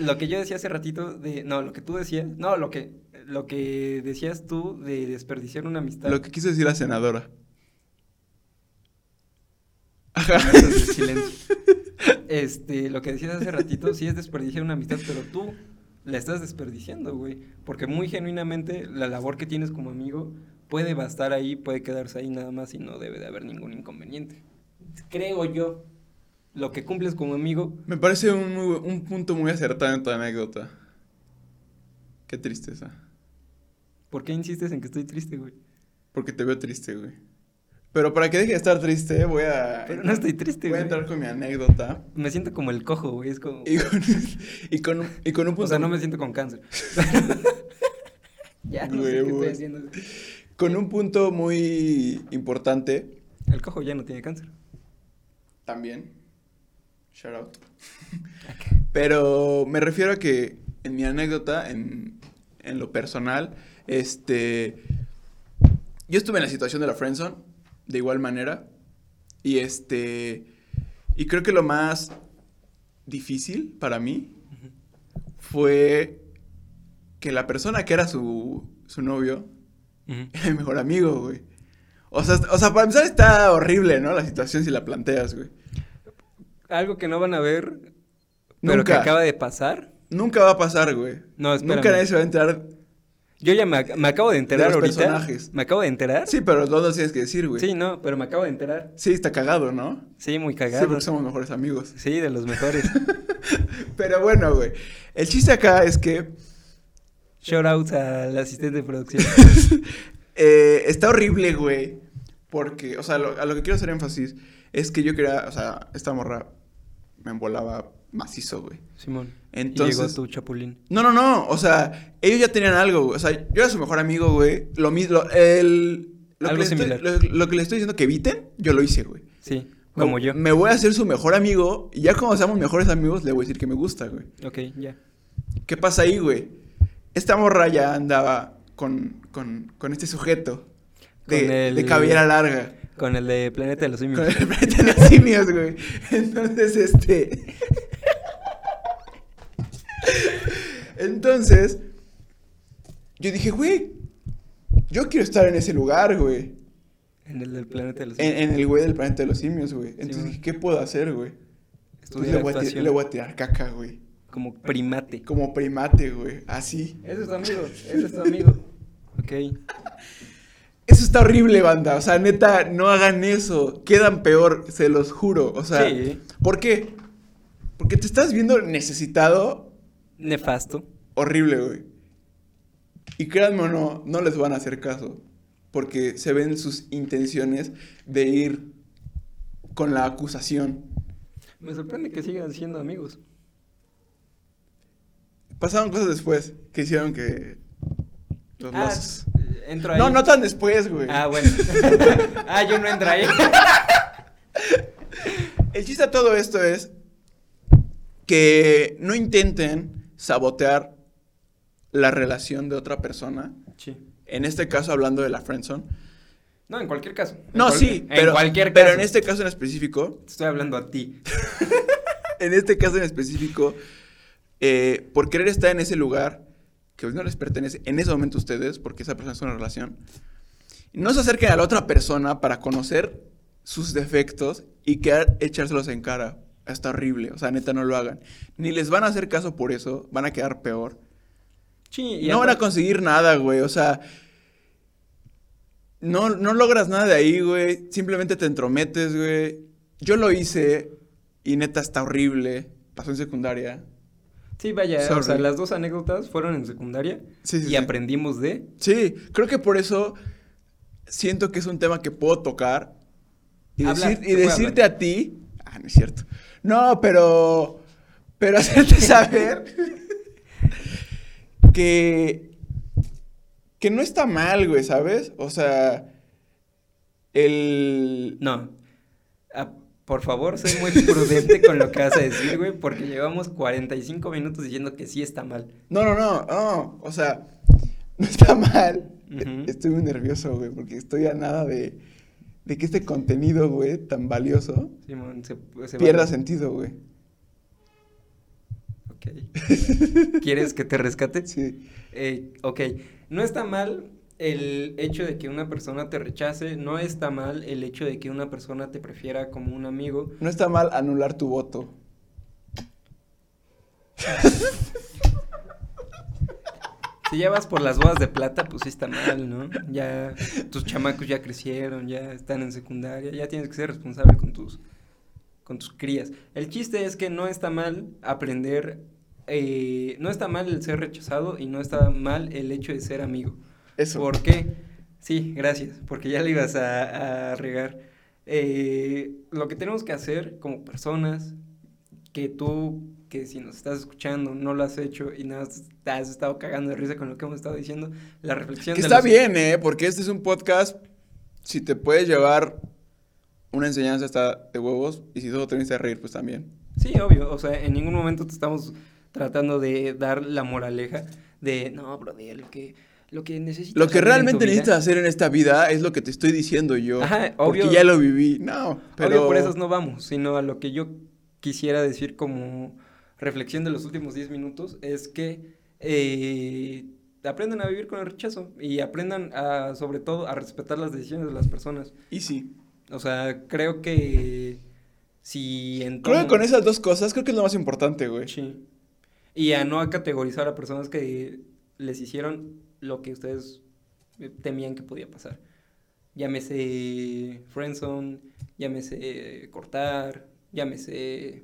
lo que yo decía hace ratito de... No, lo que tú decías... No, lo que, lo que decías tú de desperdiciar una amistad. Lo que quiso decir la senadora. Momentos de silencio. Este, lo que decías hace ratito, sí es desperdiciar una amistad, pero tú la estás desperdiciando, güey. Porque muy genuinamente la labor que tienes como amigo puede bastar ahí, puede quedarse ahí nada más y no debe de haber ningún inconveniente. creo yo, lo que cumples como amigo, Me parece un, muy- un punto muy acertado en tu anécdota. Qué tristeza. ¿por qué insistes en que estoy triste, güey? Porque te veo triste, güey. Pero para que deje de estar triste, voy a. Pero no estoy triste, Voy güey. a entrar con mi anécdota. Me siento como el cojo, güey, es como... Y con, y con, y con un punto. O sea, no me siento con cáncer. ya, no sé qué Huevos. estoy haciendo. Con un punto muy importante El cojo ya no tiene cáncer. también. Shout out. Pero me refiero a que en mi anécdota, en, en lo personal, este. Yo estuve en la situación de la Friendzone, de igual manera. Y este. Y creo que lo más difícil para mí fue que la persona que era su, su novio era mi mejor amigo, güey. O sea, o sea, para empezar está horrible, ¿no? La situación si la planteas, güey. Algo que no van a ver, pero que Nunca, acaba de pasar. nunca va a pasar, güey. No, espérame. Nunca nadie se va a enterar. Yo ya me, ac- me acabo de enterar los ahorita. personajes. Me acabo de enterar. Sí, pero no lo tienes que decir, güey. Sí, no, pero me acabo de enterar. Sí, está cagado, ¿no? Sí, muy Sí, cagado. porque Sí, somos mejores amigos. de los mejores. Pero bueno, güey. El chiste acá es que Shout out al asistente de producción. eh, está horrible, güey. Porque, o sea, lo- a lo que quiero hacer énfasis es que yo quería, o sea, esta morra me embolaba macizo, güey. Simón. Entonces- Y llegó tu chapulín. No, no, no. O sea, ellos ya tenían algo, güey. O sea, yo era su mejor amigo, güey. Lo mismo. El, lo, Algo que le estoy- similar. lo- lo que le estoy diciendo que eviten, yo lo hice, güey. Sí, Me- como yo. Me voy a hacer su mejor amigo. Y ya como seamos mejores amigos, le voy a decir que me gusta, güey. Ok, ya. ¿Qué pasa ahí, güey? Esta morra ya andaba con, con, con este sujeto. De, Con el- Mm. de cabellera larga. Con el de Planeta de los Simios. Con el planeta de los simios, güey. Entonces, este. Entonces, yo dije, güey, yo quiero estar en ese lugar, güey. En el del Planeta de los Simios. En, en el güey del planeta de los simios, güey. Entonces güey. dije, ¿qué puedo hacer, güey? Entonces Estudiar le voy, a ti- actuación. le voy a tirar caca, güey. Como primate. Como primate, güey. Así. Ese es tu amigo, ese es tu amigo. Ok. Eso está horrible, banda. O sea, neta, no hagan eso. Quedan peor, se los juro. O sea, Sí. ¿por qué? Porque te estás viendo necesitado Nefasto. horrible, güey. Y créanme o no, no les van a hacer caso. Porque se ven sus intenciones de ir con la acusación. Me sorprende que sigan siendo amigos. Pasaron cosas después que hicieron que. Los, Ah, los- entro ahí. No, no tan después, güey. Ah, bueno. ah, yo no entro ahí. El chiste de todo esto es que no intenten sabotear la relación de otra persona. Sí. En este caso, hablando de la friendzone. No, en cualquier caso. En No, cual- sí, pero, en cualquier caso. pero en este caso en específico, Te Estoy hablando a ti. en este caso en específico, eh, por querer estar en ese lugar que no les pertenece en ese momento a ustedes, porque esa persona es una relación, no se acerquen a la otra persona para conocer sus defectos y quedar echárselos en cara. Está horrible, o sea, neta, no lo hagan. Ni les van a hacer caso por eso, van a quedar peor. Sí, y no van a aparte- conseguir nada, güey, o sea... No, no logras nada de ahí, güey. Simplemente te entrometes, güey. Yo lo hice y neta está horrible. Pasó en secundaria. Sí, vaya. O Sorry. sea, las dos anécdotas fueron en secundaria. Sí, sí, y sí. aprendimos de. Sí, creo que por eso siento que es un tema que puedo tocar y, Hablar, decir- y se puede decirte hablar. a ti. Ah, no es cierto. No, pero. Pero hacerte saber que. Que no está mal, güey, ¿sabes? O sea. El. No. Ah, por favor, sé muy prudente con lo que vas a decir, güey, porque llevamos 45 minutos diciendo que sí está mal. No, no, no, no. O sea, no está mal. Ujú. Estoy muy nervioso, güey, porque estoy a nada de, de que este contenido, güey, tan valioso, Simón, se, se pierda vale. sentido, güey. Ok. ¿Quieres que te rescate? Sí. Eh, ok, no está mal el hecho de que una persona te rechace, no está mal el hecho de que una persona te prefiera como un amigo. No está mal anular tu voto. Si ya vas por las bodas de plata, pues sí está mal, ¿no? Ya tus chamacos ya crecieron, ya están en secundaria, ya tienes que ser responsable con tus, con tus crías. El chiste es que no está mal aprender, eh, no está mal el ser rechazado y no está mal el hecho de ser amigo. Eso. ¿Por qué? Sí, gracias, porque ya le ibas a, a regar. Eh, lo que tenemos que hacer como personas, que tú, que si nos estás escuchando, no lo has hecho y nada, más te has estado cagando de risa con lo que hemos estado diciendo, la reflexión... Que de está los- bien, ¿eh? Porque este es un podcast. Si te puedes llevar una enseñanza, está de huevos. Y si solo te viniste a reír, pues también. Sí, obvio, o sea, en ningún momento te estamos tratando de dar la moraleja de, no, brother, lo que, lo que necesitas... Lo que hacer en tu realmente vida". necesitas hacer en esta vida es lo que te estoy diciendo yo. Ajá, obvio. Porque ya lo viví. No, pero. Obvio, por eso no vamos, sino a lo que yo quisiera decir como reflexión de los últimos 10 minutos es que eh, aprendan a vivir con el rechazo y aprendan a, sobre todo a respetar las decisiones de las personas. Y sí. O sea, creo que si en Creo que todo- con esas dos cosas, creo que es lo más importante, güey. Sí. Y a no categorizar a personas que les hicieron lo que ustedes eh, temían que podía pasar. Llámese friendzone, llámese cortar, llámese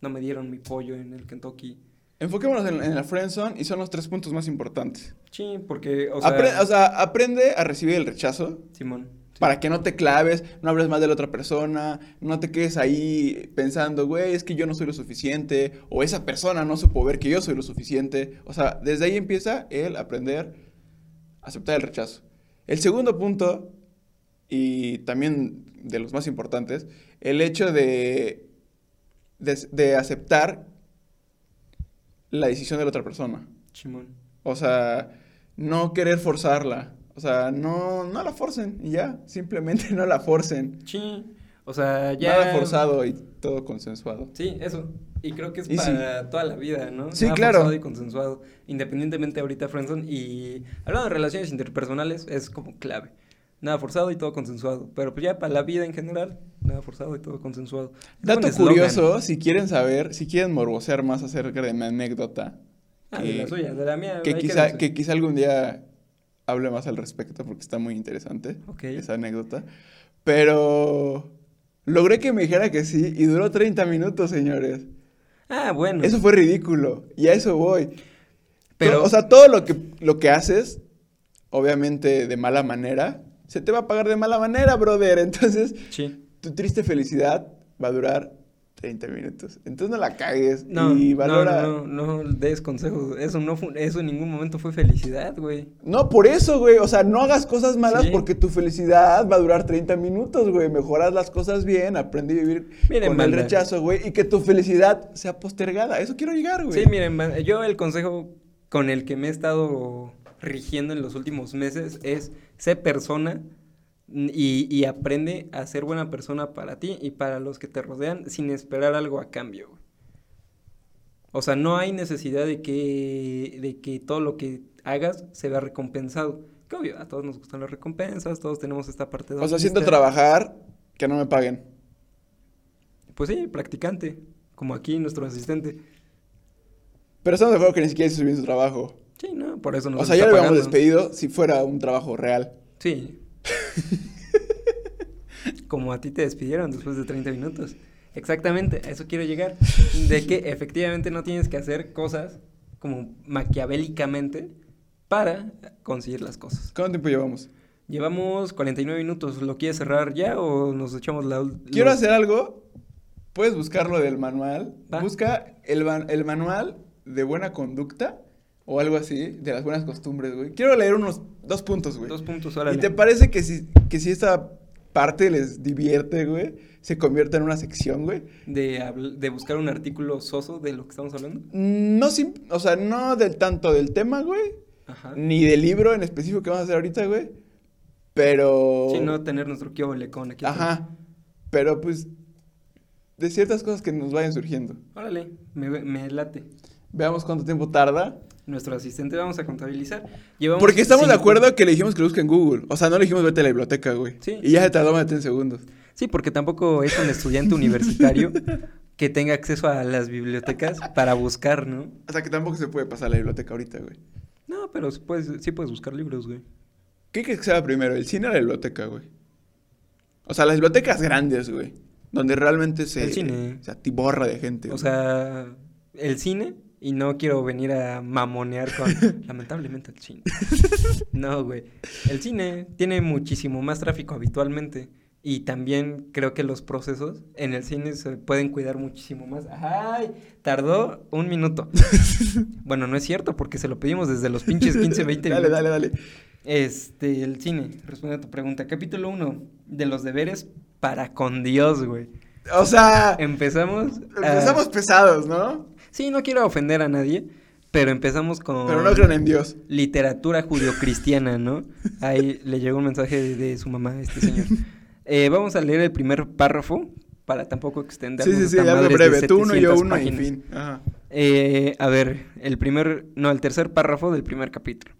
no me dieron mi pollo en el Kentucky. Enfoquémonos en, en la friendzone y son los tres puntos más importantes. Sí, porque, o Apre- sea, aprende a recibir el rechazo Simón. sí. para que no te claves, no hables mal de la otra persona, no te quedes ahí pensando, güey, es que yo no soy lo suficiente, o esa persona no supo ver que yo soy lo suficiente. O sea, desde ahí empieza el aprender a aceptar el rechazo. El segundo punto, y también de los más importantes, el hecho de, de, de aceptar la decisión de la otra persona. Simón. O sea, no querer forzarla. O sea, no, no la forcen y ya. Simplemente no la forcen. Sí. O sea, ya. Nada forzado y todo consensuado. Sí, eso. Y creo que es Y sí. para toda la vida, ¿no? Sí, Nada claro. forzado y consensuado. Independientemente ahorita, Friendson. Y hablando de relaciones interpersonales, es como clave. Nada forzado y todo consensuado. Pero pues ya para la vida en general, nada forzado y todo consensuado. Es Dato un eslogan. curioso, si quieren saber, si quieren morbosear más acerca de mi anécdota, Ah, de la que- suya, de la mía. que ahí quizá, quédense. que quizá algún día hable más al respecto porque está muy interesante Ok. esa anécdota. Pero logré que me dijera que sí y duró 30 minutos, señores. Ah, bueno. Eso fue ridículo y a eso voy. pero, Pero, o sea, todo lo que, lo que haces, obviamente de mala manera, se te va a pagar de mala manera, brother. Entonces, sí. tu triste felicidad va a durar 30 minutos. Entonces no la cagues No, y valora. no, No, no, no des consejos. Eso, no fu- eso en ningún momento fue felicidad, güey. por eso, güey. O sea, no hagas cosas malas Sí. porque tu felicidad va a durar 30 minutos, güey. Mejoras las cosas bien, aprende a vivir Miren, con banda. el rechazo, güey. Y que tu felicidad sea postergada. Eso quiero llegar, güey. Sí, miren, ma- yo el consejo con el que me he estado rigiendo en los últimos meses es sé persona n- y, y aprende a ser buena persona para ti y para los que te rodean sin esperar algo a cambio. güey. O sea, no hay necesidad de que, de que todo lo que hagas se vea recompensado. Que obvio, a todos nos gustan las recompensas, todos tenemos esta parte de... o sea, siento trabajo. trabajar que no me paguen. Pues sí, practicante, como aquí nuestro asistente. Pero estamos de acuerdo que ni siquiera hizo bien su trabajo. Sí, no, por eso nos O sea, está ya lo hubiéramos pagando. despedido si fuera un trabajo real. Sí. Como a ti te despidieron después de 30 minutos. Exactamente, a eso quiero llegar. De que efectivamente no tienes que hacer cosas como maquiavélicamente para conseguir las cosas. ¿Cuánto tiempo llevamos? Llevamos 49 minutos. ¿Lo quieres cerrar ya o nos echamos la... ul- Quiero los- hacer algo. Puedes buscarlo del manual. Va. Busca el, ban- el manual de buena conducta o algo así, de las buenas costumbres, güey. Quiero leer unos dos puntos, güey. Dos puntos, ¿Y órale. te parece que si, que si esta parte les divierte, güey, se convierta en una sección, güey? De, habl- de buscar un artículo soso de lo que estamos hablando. No, sim- o sea, no del tanto del tema, güey, Ajá. ni del libro en específico que vamos a hacer ahorita, güey, pero... Sí, no tener nuestro kiobole con aquí. atrás. Ajá. Pero pues de ciertas cosas que nos vayan surgiendo. Órale, me, me late. Veamos cuánto tiempo tarda. Nuestro asistente vamos a contabilizar. Llevamos Porque estamos de cinco- acuerdo que le dijimos que lo busque en Google. O sea, no le dijimos vete a la biblioteca, güey. Sí. Y ya se tardó más de 10 segundos. Sí, porque tampoco es un estudiante universitario que tenga acceso a las bibliotecas para buscar, ¿no? O sea, que tampoco se puede pasar a la biblioteca ahorita, güey. No, pero sí puedes, sí puedes buscar libros, güey. ¿Qué crees que sea primero, el cine o la biblioteca, güey? O sea, las bibliotecas grandes, güey. Donde realmente se, El cine. se atiborra de gente. O güey. sea, el cine y no quiero venir a mamonear con lamentablemente el cine. No, güey. El cine tiene muchísimo más tráfico habitualmente y también creo que los procesos en el cine se pueden cuidar muchísimo más. Ay, tardó un minuto. Bueno, no es cierto porque se lo pedimos desde los pinches 15, 20 Dale, minutos. dale, dale. Este, el cine, responde a tu pregunta. Capítulo 1 de los deberes para con Dios, güey. O sea, Empezamos a- empezamos pesados, ¿no? Sí, ah. no quiero ofender a nadie, pero empezamos con Pero no creen en Dios. literatura judio-cristiana, ¿no? Ahí le llegó un mensaje de, de su mamá a este señor. Eh, vamos a leer el primer párrafo para tampoco Sí, extendernos. sí, sí, hasta hablo madres de breve. Tú uno, yo 700 uno, en páginas. fin. Ajá. Eh, a ver, el primer, no, el tercer párrafo del primer capítulo.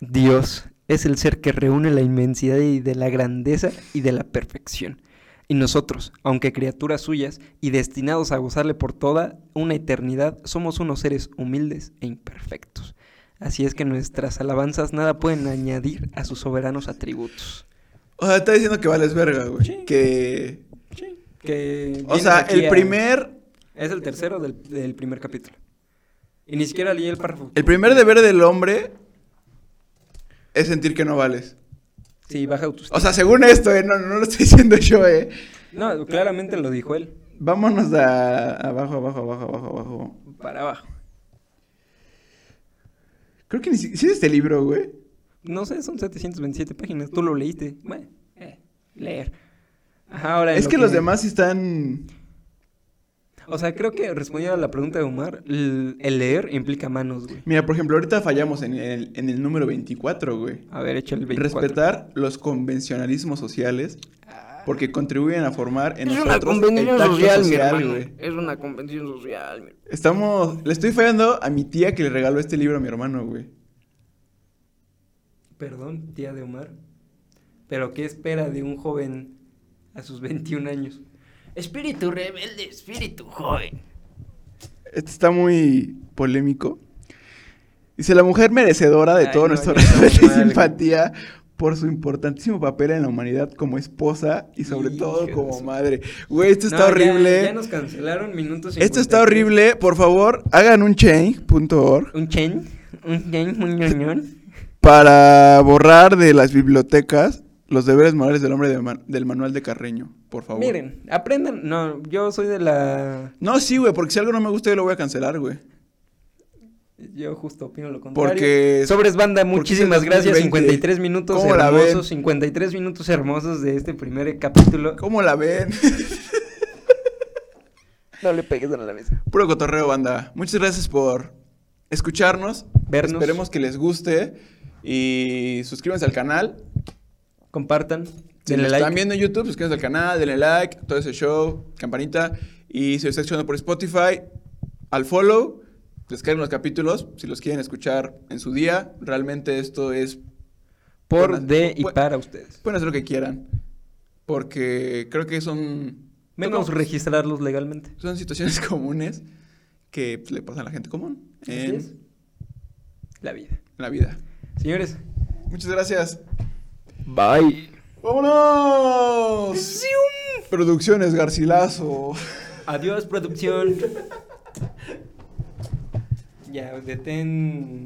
Dios es el ser que reúne la inmensidad y de la grandeza y de la perfección. Y nosotros, aunque criaturas suyas y destinados a gozarle por toda una eternidad, somos unos seres humildes e imperfectos. Así es que nuestras alabanzas nada pueden añadir a sus soberanos atributos. O sea, está diciendo que vales verga, güey. Sí. Que. Que O vienes sea, aquí el a- primer. Es el tercero del, del primer capítulo. Y ni siquiera leí el párrafo. El primer deber del hombre es sentir que no vales. Sí, baja autoestima. O sea, según esto, eh, no, no lo estoy diciendo yo, eh. No, claramente lo dijo él. Vámonos a abajo, abajo, abajo, abajo, abajo. Para abajo. Creo que ni siquiera. ¿Sí es este libro, güey? No sé, son 727 páginas. Tú lo leíste. Bueno, eh, leer. Ajá, ahora en Es lo que los demás sí están. O sea, creo que respondiendo a la pregunta de Omar, l- el leer implica manos, güey. Mira, por ejemplo, ahorita fallamos en el, en el número 24, güey. A ver, echa el 24. Respetar los convencionalismos sociales porque contribuyen a formar en es una nosotros convención el tacto social, mi social, hermano. güey. Es una convención social. mi- Estamos. Le estoy fallando a mi tía que le regaló este libro a mi hermano, güey. Perdón, tía de Omar. Pero ¿qué espera de un joven a sus 21 años? Espíritu rebelde, espíritu joven. Este está muy polémico. Dice, la mujer merecedora de Ay, todo no, nuestro ya estamos respeto y mal, güey. simpatía por su importantísimo papel en la humanidad como esposa y sobre Hijo todo de como su- madre. Güey, esto está No, ya- horrible. ¿eh? Ya, nos cancelaron minutos. Esto está horrible. Por favor, hagan un change.org Un chen, un chen, un ñoñón. para borrar de las bibliotecas los deberes morales del hombre de man- del manual de Carreño, por favor. Miren, aprendan. No, yo soy de la. No, sí, güey, porque si algo no me gusta yo lo voy a cancelar, güey. Yo justo opino lo contrario. Porque Sobres banda, porque muchísimas es el gracias. 2020. 53 minutos ¿Cómo la ven? hermosos, 53 minutos hermosos de este primer capítulo. ¿Cómo la ven? No le pegues a la mesa. Puro cotorreo, banda. Muchas gracias por escucharnos. Vernos. Esperemos que les guste. Y suscríbanse al canal. Compartan, Si denle nos like. están viendo en YouTube, suscríbanse al canal, denle like, todo ese show, campanita. Y si lo están escuchando por Spotify, al follow. Descarguen los capítulos si los quieren escuchar en su día. Realmente esto es. Por, Buenas- de y bu- para ustedes. Pueden hacer lo que quieran. Porque creo que son. Menos son- registrarlos legalmente. Son situaciones comunes que pues, le pasan a la gente común Así en- es. en La vida. la vida. Señores, Muchas gracias. Bye. ¡Vámonos! Producciones Garcilaso. adiós producción. ya, detén.